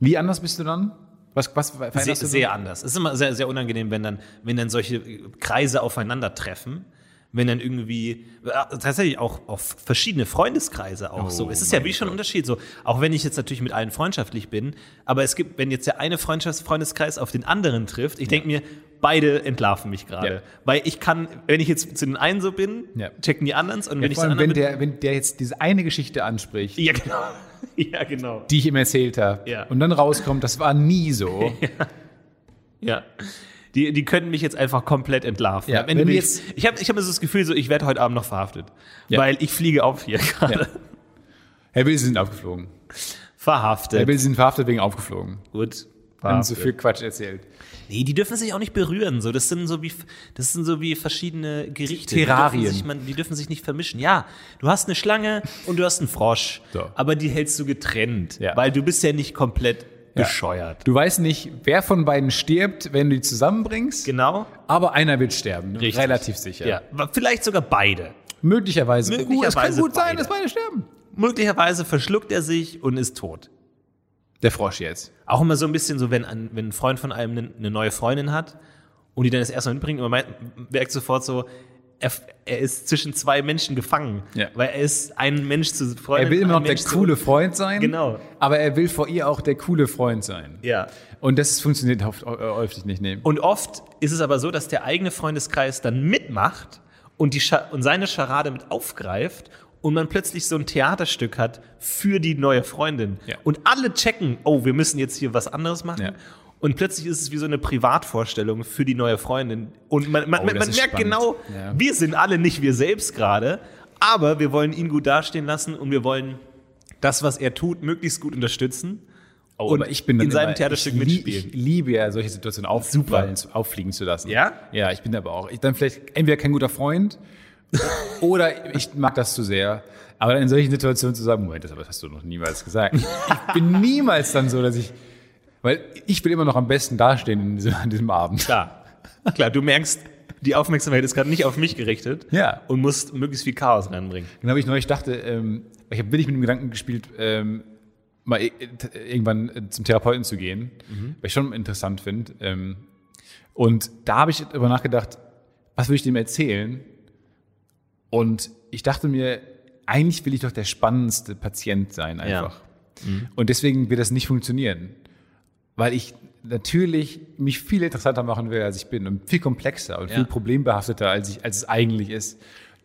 [SPEAKER 4] Wie anders bist du dann? Was, was veränderst
[SPEAKER 3] Sehr,
[SPEAKER 4] du dann?
[SPEAKER 3] sehr anders. Es ist immer sehr, sehr unangenehm, wenn dann, wenn dann solche Kreise aufeinandertreffen. Wenn dann irgendwie, äh, tatsächlich auch auf verschiedene Freundeskreise auch
[SPEAKER 4] Oh
[SPEAKER 3] so. Es ist ja wie schon ein Unterschied so. Auch wenn ich jetzt natürlich mit allen freundschaftlich bin, aber es gibt, wenn jetzt der eine Freundschafts Freundeskreis auf den anderen trifft, ich denke mir, beide entlarven mich gerade.
[SPEAKER 4] Ja.
[SPEAKER 3] Weil ich kann, wenn ich jetzt zu den einen so bin,
[SPEAKER 4] Ja.
[SPEAKER 3] checken die anderen und wenn
[SPEAKER 4] Ja,
[SPEAKER 3] ich
[SPEAKER 4] vor allem,
[SPEAKER 3] zu den anderen
[SPEAKER 4] wenn
[SPEAKER 3] bin,
[SPEAKER 4] der, wenn der jetzt diese eine Geschichte anspricht,
[SPEAKER 3] Ja, genau. Ja, genau.
[SPEAKER 4] die ich ihm erzählt habe,
[SPEAKER 3] Ja.
[SPEAKER 4] und dann rauskommt, das war nie so.
[SPEAKER 3] Ja. Die, die können mich jetzt einfach komplett entlarven.
[SPEAKER 4] Ja,
[SPEAKER 3] Am Ende
[SPEAKER 4] wenn
[SPEAKER 3] bin
[SPEAKER 4] die
[SPEAKER 3] ich ich habe ich hab so das Gefühl, so, ich werde heute Abend noch verhaftet.
[SPEAKER 4] Ja.
[SPEAKER 3] Weil ich fliege auf hier gerade.
[SPEAKER 4] Herr Will, Sie sind aufgeflogen.
[SPEAKER 3] Verhaftet.
[SPEAKER 4] Herr Will, Sie sind verhaftet wegen aufgeflogen.
[SPEAKER 3] Gut.
[SPEAKER 4] Haben so viel Quatsch erzählt.
[SPEAKER 3] Nee, die dürfen sich auch nicht berühren. So. Das, sind so wie, das sind so wie verschiedene Gerichte. Die
[SPEAKER 4] Terrarien.
[SPEAKER 3] dürfen, sich, man, die dürfen sich nicht vermischen. Ja, du hast eine Schlange und du hast einen Frosch.
[SPEAKER 4] So.
[SPEAKER 3] Aber die hältst du getrennt.
[SPEAKER 4] Ja.
[SPEAKER 3] Weil du bist ja nicht komplett
[SPEAKER 4] Ja.
[SPEAKER 3] bescheuert.
[SPEAKER 4] Du weißt nicht, wer von beiden stirbt, wenn du die zusammenbringst,
[SPEAKER 3] Genau.
[SPEAKER 4] aber einer wird sterben.
[SPEAKER 3] Richtig.
[SPEAKER 4] Relativ sicher.
[SPEAKER 3] Ja. Vielleicht sogar beide.
[SPEAKER 4] Möglicherweise. Oh,
[SPEAKER 3] Möglicherweise
[SPEAKER 4] es kann gut sein,
[SPEAKER 3] beide.
[SPEAKER 4] dass beide sterben.
[SPEAKER 3] Möglicherweise verschluckt er sich und ist tot.
[SPEAKER 4] Der Frosch jetzt.
[SPEAKER 3] Auch immer so ein bisschen so, wenn ein, wenn ein Freund von einem eine, eine neue Freundin hat und die dann das erste Mal mitbringt, man meint- merkt sofort so, er, er ist zwischen zwei Menschen gefangen.
[SPEAKER 4] Ja.
[SPEAKER 3] Weil er ist ein Mensch zu Freundin.
[SPEAKER 4] Er will immer
[SPEAKER 3] ein
[SPEAKER 4] noch der
[SPEAKER 3] Mensch zu-
[SPEAKER 4] coole Freund sein.
[SPEAKER 3] Genau.
[SPEAKER 4] Aber er will vor ihr auch der coole Freund sein.
[SPEAKER 3] Ja.
[SPEAKER 4] Und das funktioniert oft- äh, häufig nicht. Nee.
[SPEAKER 3] Und oft ist es aber so, dass der eigene Freundeskreis dann mitmacht und, die Scha und seine Scharade mit aufgreift und man plötzlich so ein Theaterstück hat für die neue Freundin.
[SPEAKER 4] Ja.
[SPEAKER 3] Und alle checken, oh, wir müssen jetzt hier was anderes machen.
[SPEAKER 4] Ja.
[SPEAKER 3] Und plötzlich ist es wie so eine Privatvorstellung für die neue Freundin. Und man, man,
[SPEAKER 4] Oh,
[SPEAKER 3] man,
[SPEAKER 4] das
[SPEAKER 3] man
[SPEAKER 4] ist
[SPEAKER 3] merkt
[SPEAKER 4] spannend.
[SPEAKER 3] genau,
[SPEAKER 4] Ja.
[SPEAKER 3] wir sind alle nicht wir selbst gerade, aber wir wollen ihn gut dastehen lassen und wir wollen das, was er tut, möglichst gut unterstützen.
[SPEAKER 4] Oh,
[SPEAKER 3] und
[SPEAKER 4] aber ich bin dann
[SPEAKER 3] in seinem
[SPEAKER 4] immer-
[SPEAKER 3] Theaterstück
[SPEAKER 4] ich lie-
[SPEAKER 3] mitspielen.
[SPEAKER 4] Ich liebe ja solche Situationen auf,
[SPEAKER 3] Super.
[SPEAKER 4] auffliegen zu lassen.
[SPEAKER 3] Ja?
[SPEAKER 4] Ja, ich bin aber auch. Ich dann vielleicht entweder kein guter Freund oder ich mag das zu sehr. Aber dann in solchen Situationen zu sagen, Moment, das aber hast du noch niemals gesagt. Ich bin niemals dann so, dass ich, weil ich will immer noch am besten dastehen in diesem, an diesem Abend.
[SPEAKER 3] Klar. Klar, du merkst, die Aufmerksamkeit ist gerade nicht auf mich gerichtet
[SPEAKER 4] Ja.
[SPEAKER 3] und musst möglichst viel Chaos reinbringen.
[SPEAKER 4] Dann habe ich neulich dachte, ähm, ich habe wirklich mit dem Gedanken gespielt, ähm, mal i- t- irgendwann äh, zum Therapeuten zu gehen, weil ich schon interessant finde. Ähm, und da habe ich darüber nachgedacht, was will ich dem erzählen? Und ich dachte mir, eigentlich will ich doch der spannendste Patient sein einfach. Und deswegen wird das nicht funktionieren, weil ich natürlich mich viel interessanter machen will, als ich bin und viel komplexer und viel problembehafteter, als, ich, als es eigentlich ist.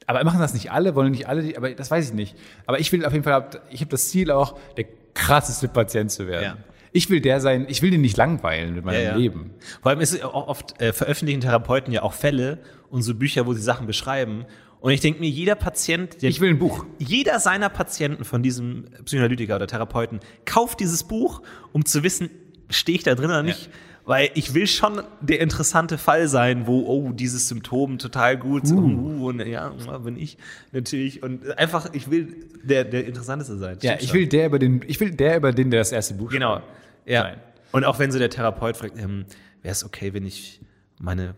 [SPEAKER 4] Aber machen das nicht alle, wollen nicht alle, die- aber das weiß ich nicht. Aber ich will auf jeden Fall, ich habe das Ziel auch, der krasseste Patient zu werden.
[SPEAKER 3] Ja.
[SPEAKER 4] Ich will der sein, ich will den nicht langweilen mit meinem
[SPEAKER 3] Ja, ja.
[SPEAKER 4] Leben.
[SPEAKER 3] Vor allem ist es auch oft, äh, veröffentlichen Therapeuten ja auch Fälle und so Bücher, wo sie Sachen beschreiben. Und ich denke mir, jeder Patient, der,
[SPEAKER 4] Ich will ein Buch.
[SPEAKER 3] jeder seiner Patienten von diesem Psychoanalytiker oder Therapeuten kauft dieses Buch, um zu wissen, stehe ich da drin oder nicht. Weil ich will schon der interessante Fall sein, wo, oh, dieses Symptom total gut, uh. Uh, und ja, uh, bin ich natürlich. Und einfach, ich will der, der Interessanteste sein.
[SPEAKER 4] Ja,
[SPEAKER 3] Stimmt
[SPEAKER 4] ich
[SPEAKER 3] schon.
[SPEAKER 4] will der über den, ich will der über den, der das erste Buch
[SPEAKER 3] Genau.
[SPEAKER 4] schreibt.
[SPEAKER 3] Ja.
[SPEAKER 4] Nein.
[SPEAKER 3] Und auch wenn so der Therapeut fragt, ähm, wäre es okay, wenn ich meine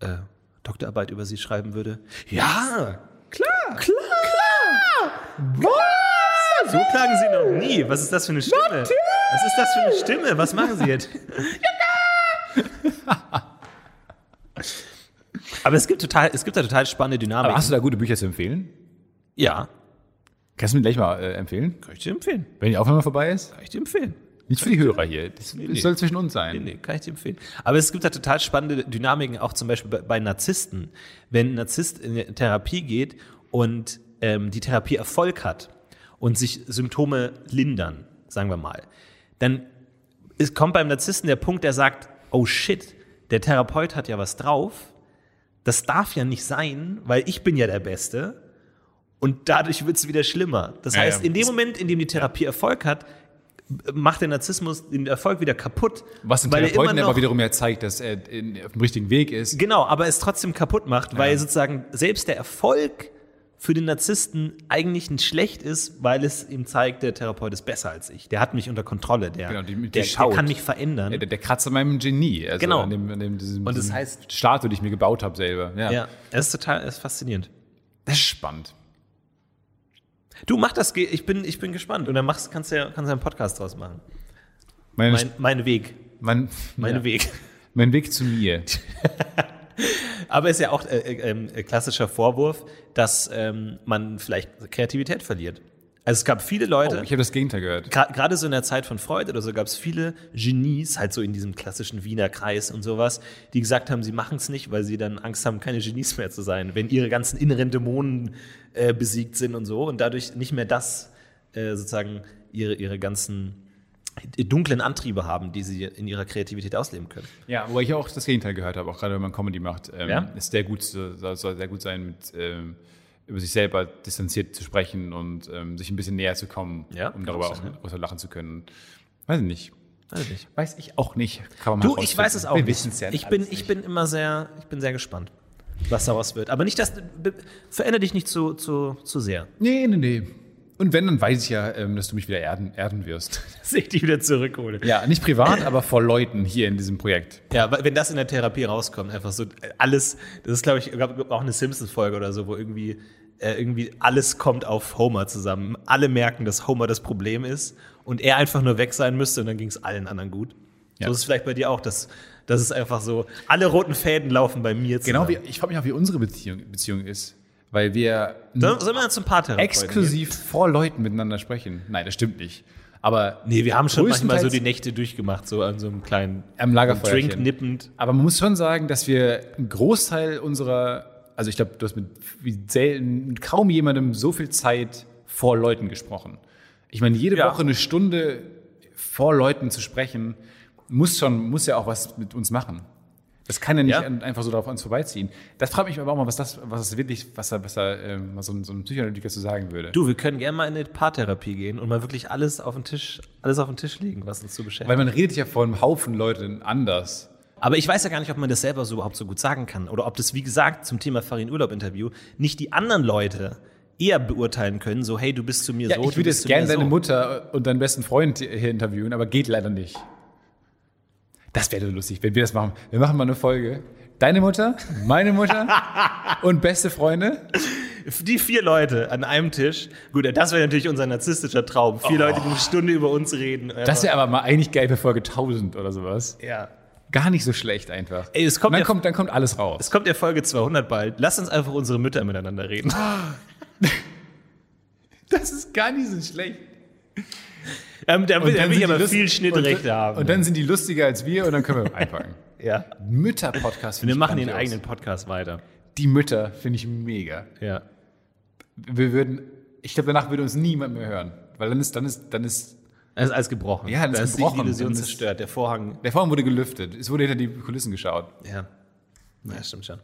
[SPEAKER 3] äh, Doktorarbeit über Sie schreiben würde? Ja, klar, klar, klar. Was? So klagen Sie noch nie. Was ist das für eine Stimme? Was ist das für eine Stimme? Was machen Sie jetzt? Aber es gibt total, es gibt da total spannende Dynamik.
[SPEAKER 4] Aber hast du da gute Bücher zu empfehlen?
[SPEAKER 3] ja,
[SPEAKER 4] Kannst du mir gleich mal äh, empfehlen,
[SPEAKER 3] kann ich dir empfehlen.
[SPEAKER 4] wenn die Aufnahme vorbei ist?
[SPEAKER 3] Kann ich dir empfehlen.
[SPEAKER 4] Nicht für die Hörer hier. Das, das soll zwischen uns sein.
[SPEAKER 3] Nee, nee, kann ich dir empfehlen. Aber es gibt da total spannende Dynamiken, auch zum Beispiel bei, bei Narzissten. Wenn ein Narzisst in eine Therapie geht und ähm, die Therapie Erfolg hat und sich Symptome lindern, sagen wir mal, dann es kommt beim Narzissten der Punkt, der sagt, oh shit, der Therapeut hat ja was drauf, das darf ja nicht sein, weil ich bin ja der Beste und dadurch wird es wieder schlimmer. Das
[SPEAKER 4] Ja,
[SPEAKER 3] heißt,
[SPEAKER 4] ja.
[SPEAKER 3] in dem Moment, in dem die Therapie Erfolg hat, macht der Narzissmus den Erfolg wieder kaputt.
[SPEAKER 4] Was dem
[SPEAKER 3] weil er
[SPEAKER 4] Therapeuten
[SPEAKER 3] immer noch-
[SPEAKER 4] aber wiederum ja zeigt, dass er in, auf dem richtigen Weg ist.
[SPEAKER 3] Genau, aber es trotzdem kaputt macht, weil sozusagen selbst der Erfolg für den Narzissten eigentlich nicht schlecht ist, weil es ihm zeigt, der Therapeut ist besser als ich. Der hat mich unter Kontrolle, der,
[SPEAKER 4] Genau, die- die
[SPEAKER 3] der, der
[SPEAKER 4] schaut.
[SPEAKER 3] kann mich verändern.
[SPEAKER 4] Der, der kratzt an meinem Genie. Also
[SPEAKER 3] Genau.
[SPEAKER 4] An dem, an dem, diesem,
[SPEAKER 3] Und das
[SPEAKER 4] diesem
[SPEAKER 3] heißt-
[SPEAKER 4] Statue, die ich mir gebaut habe selber. Ja.
[SPEAKER 3] ja, das ist total das ist faszinierend.
[SPEAKER 4] Das ist spannend.
[SPEAKER 3] Du mach das, ge- ich bin, ich bin gespannt. Und dann machst, kannst du ja, kannst du ja einen Podcast draus machen.
[SPEAKER 4] Meine,
[SPEAKER 3] Mein, mein Weg,
[SPEAKER 4] mein,
[SPEAKER 3] mein
[SPEAKER 4] ja.
[SPEAKER 3] Weg.
[SPEAKER 4] mein Weg zu mir.
[SPEAKER 3] Aber ist ja auch äh, äh, äh, klassischer Vorwurf, dass ähm, man vielleicht Kreativität verliert. Also es gab viele
[SPEAKER 4] Oh,
[SPEAKER 3] Leute.
[SPEAKER 4] ich habe das Gegenteil gehört.
[SPEAKER 3] Gra- gerade so in der Zeit von Freud oder so gab es viele Genies, halt so in diesem klassischen Wiener Kreis und sowas, die gesagt haben, sie machen es nicht, weil sie dann Angst haben, keine Genies mehr zu sein, wenn ihre ganzen inneren Dämonen äh, besiegt sind und so und dadurch nicht mehr das äh, sozusagen ihre, ihre ganzen dunklen Antriebe haben, die sie in ihrer Kreativität ausleben können.
[SPEAKER 4] Ja, wobei ich auch das Gegenteil gehört habe, auch gerade wenn man Comedy macht, ähm,
[SPEAKER 3] Ja?
[SPEAKER 4] ist sehr gut, zu- soll, soll sehr gut sein, mit, ähm, über sich selber distanziert zu sprechen und ähm, sich ein bisschen näher zu kommen,
[SPEAKER 3] Ja,
[SPEAKER 4] um
[SPEAKER 3] kann
[SPEAKER 4] darüber
[SPEAKER 3] auch
[SPEAKER 4] auch
[SPEAKER 3] sein, ja.
[SPEAKER 4] größer lachen zu können. Weiß ich nicht.
[SPEAKER 3] Weiß nicht.
[SPEAKER 4] Weiß ich auch nicht. Kann man
[SPEAKER 3] Du,
[SPEAKER 4] mal
[SPEAKER 3] ich weiß es auch
[SPEAKER 4] Wir
[SPEAKER 3] nicht.
[SPEAKER 4] wissen's ja
[SPEAKER 3] ich bin,
[SPEAKER 4] alles nicht.
[SPEAKER 3] ich bin immer sehr, ich bin sehr gespannt, was daraus wird. Aber nicht, dass be- verändere dich nicht zu, zu, zu sehr.
[SPEAKER 4] Nee, nee, nee. Und wenn, dann weiß ich ja, ähm, dass du mich wieder erden, erden wirst.
[SPEAKER 3] Dass ich dich wieder zurückhole.
[SPEAKER 4] Ja, nicht privat, aber vor Leuten hier in diesem Projekt.
[SPEAKER 3] Ja, aber wenn das in der Therapie rauskommt, einfach so äh, alles, das ist, glaube ich, gab auch eine Simpsons-Folge oder so, wo irgendwie, äh, irgendwie alles kommt auf Homer zusammen. Alle merken, dass Homer das Problem ist und er einfach nur weg sein müsste und dann ging es allen anderen gut. So ist es vielleicht bei dir auch, dass, dass es einfach so, alle roten Fäden laufen bei mir zusammen.
[SPEAKER 4] Genau, wie, ich frage mich auch, wie unsere Beziehung, Beziehung ist, weil wir
[SPEAKER 3] Sollen sollen wir zum Paartherapeuten gehen?
[SPEAKER 4] exklusiv vor Leuten miteinander sprechen. Nein, das stimmt nicht. Aber
[SPEAKER 3] Nee, wir haben schon manchmal so
[SPEAKER 4] größtenteils Ähm,
[SPEAKER 3] die Nächte durchgemacht, so an so einem kleinen
[SPEAKER 4] am Lagerfeuer.
[SPEAKER 3] Drink nippend.
[SPEAKER 4] Aber man muss schon sagen, dass wir einen Großteil unserer, also ich glaube, du hast mit wie selten, mit kaum jemandem so viel Zeit vor Leuten gesprochen. Ich meine, jede
[SPEAKER 3] Ja.
[SPEAKER 4] Woche eine Stunde vor Leuten zu sprechen, muss schon, muss ja auch was mit uns machen. Das kann ja nicht
[SPEAKER 3] Ja.
[SPEAKER 4] an- einfach so darauf uns vorbeiziehen. Das fragt mich aber auch mal, was das, was das wirklich, was da, was da ähm, was so, ein, so ein Psychoanalytiker zu sagen würde.
[SPEAKER 3] Du, wir können gerne mal in eine Paartherapie gehen und mal wirklich alles auf den Tisch, alles auf den Tisch legen, was uns so beschäftigt.
[SPEAKER 4] Weil man redet ja vor einem Haufen Leuten anders.
[SPEAKER 3] Aber ich weiß ja gar nicht, ob man das selber so überhaupt so gut sagen kann. Oder ob das, wie gesagt, zum Thema Farin Urlaub-Interview nicht die anderen Leute eher beurteilen können, so, hey, du bist zu mir
[SPEAKER 4] Ja,
[SPEAKER 3] so.
[SPEAKER 4] ich
[SPEAKER 3] du
[SPEAKER 4] würde
[SPEAKER 3] bist
[SPEAKER 4] jetzt
[SPEAKER 3] zu
[SPEAKER 4] gerne
[SPEAKER 3] mir
[SPEAKER 4] deine
[SPEAKER 3] so.
[SPEAKER 4] Mutter und deinen besten Freund hier interviewen, aber geht leider nicht. Das wäre lustig, wenn wir das machen. Wir machen mal eine Folge. Deine Mutter, meine Mutter und beste Freunde.
[SPEAKER 3] Die vier Leute an einem Tisch. Gut, das wäre natürlich unser narzisstischer Traum. Vier Leute, die eine Stunde über uns reden.
[SPEAKER 4] Oh. Das wäre aber mal eigentlich geil für Folge 1000 oder sowas.
[SPEAKER 3] ja.
[SPEAKER 4] Gar nicht so schlecht einfach.
[SPEAKER 3] Ey, es kommt
[SPEAKER 4] Und dann,
[SPEAKER 3] ja-
[SPEAKER 4] kommt, dann kommt alles raus.
[SPEAKER 3] Es kommt ja Folge 200 bald. Lass uns einfach unsere Mütter miteinander reden.
[SPEAKER 4] Ah. Das ist gar nicht so schlecht.
[SPEAKER 3] Ähm, da will, da will ich aber
[SPEAKER 4] Lust-
[SPEAKER 3] viel Schnittrechte
[SPEAKER 4] und,
[SPEAKER 3] haben.
[SPEAKER 4] Und dann sind die lustiger als wir und dann können wir einpacken.
[SPEAKER 3] ja.
[SPEAKER 4] Mütter-Podcast. find
[SPEAKER 3] Wir
[SPEAKER 4] ich
[SPEAKER 3] machen den
[SPEAKER 4] grandios.
[SPEAKER 3] eigenen Podcast weiter.
[SPEAKER 4] Die Mütter finde ich mega.
[SPEAKER 3] Ja.
[SPEAKER 4] wir würden, ich glaube, danach würde uns niemand mehr hören. Weil dann ist, dann ist, dann ist,
[SPEAKER 3] Das ist alles Also, gebrochen.
[SPEAKER 4] Ja, das
[SPEAKER 3] da
[SPEAKER 4] ist
[SPEAKER 3] ist
[SPEAKER 4] gebrochen.
[SPEAKER 3] die Illusion
[SPEAKER 4] Dann ist-
[SPEAKER 3] zerstört. Der Vorhang.
[SPEAKER 4] der Vorhang wurde gelüftet. Es wurde hinter die Kulissen geschaut.
[SPEAKER 3] Ja. Na, stimmt schon.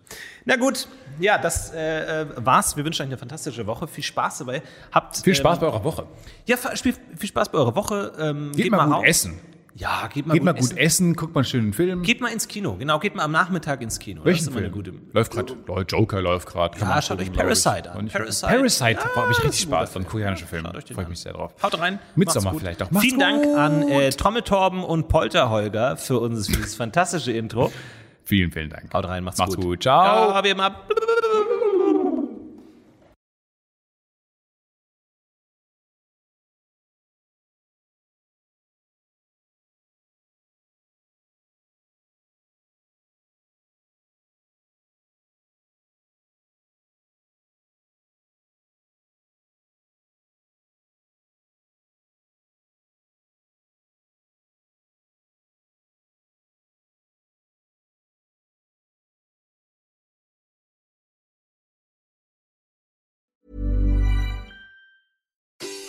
[SPEAKER 3] Na gut, ja, das äh, äh, war's. Wir wünschen euch eine fantastische Woche. Viel Spaß dabei. Habt
[SPEAKER 4] Viel Spaß
[SPEAKER 3] Ähm,
[SPEAKER 4] bei eurer Woche.
[SPEAKER 3] ja, fa- viel, viel Spaß bei eurer Woche. Ähm,
[SPEAKER 4] Geht, mal,
[SPEAKER 3] raus.
[SPEAKER 4] gut essen.
[SPEAKER 3] Ja, geht mal
[SPEAKER 4] Geht
[SPEAKER 3] gut
[SPEAKER 4] mal gut
[SPEAKER 3] essen.
[SPEAKER 4] essen. guckt mal einen schönen Film.
[SPEAKER 3] Geht mal ins Kino. Genau, geht mal am Nachmittag ins Kino.
[SPEAKER 4] Welchen
[SPEAKER 3] das ist immer
[SPEAKER 4] Film?
[SPEAKER 3] eine gute.
[SPEAKER 4] Läuft gerade. Joker läuft gerade.
[SPEAKER 3] Ja, schaut euch Parasite an.
[SPEAKER 4] Parasite.
[SPEAKER 3] Parasite.
[SPEAKER 4] Parasite
[SPEAKER 3] Ja,
[SPEAKER 4] habe ich
[SPEAKER 3] das ist
[SPEAKER 4] richtig
[SPEAKER 3] ein
[SPEAKER 4] Spaß
[SPEAKER 3] guter
[SPEAKER 4] von
[SPEAKER 3] Film.
[SPEAKER 4] koreanische Filme.
[SPEAKER 3] Schaut euch den
[SPEAKER 4] Freue
[SPEAKER 3] an.
[SPEAKER 4] mich sehr drauf.
[SPEAKER 3] Haut rein.
[SPEAKER 4] Midsommar
[SPEAKER 3] Macht's gut.
[SPEAKER 4] vielleicht auch. Macht's
[SPEAKER 3] Vielen Dank an äh, Trommeltorben und Polterholger für uns für dieses fantastische Intro.
[SPEAKER 4] Vielen, vielen Dank.
[SPEAKER 3] Haut rein, macht's,
[SPEAKER 4] Macht's
[SPEAKER 3] gut.
[SPEAKER 4] gut. Ciao.
[SPEAKER 3] Ja, wir mal.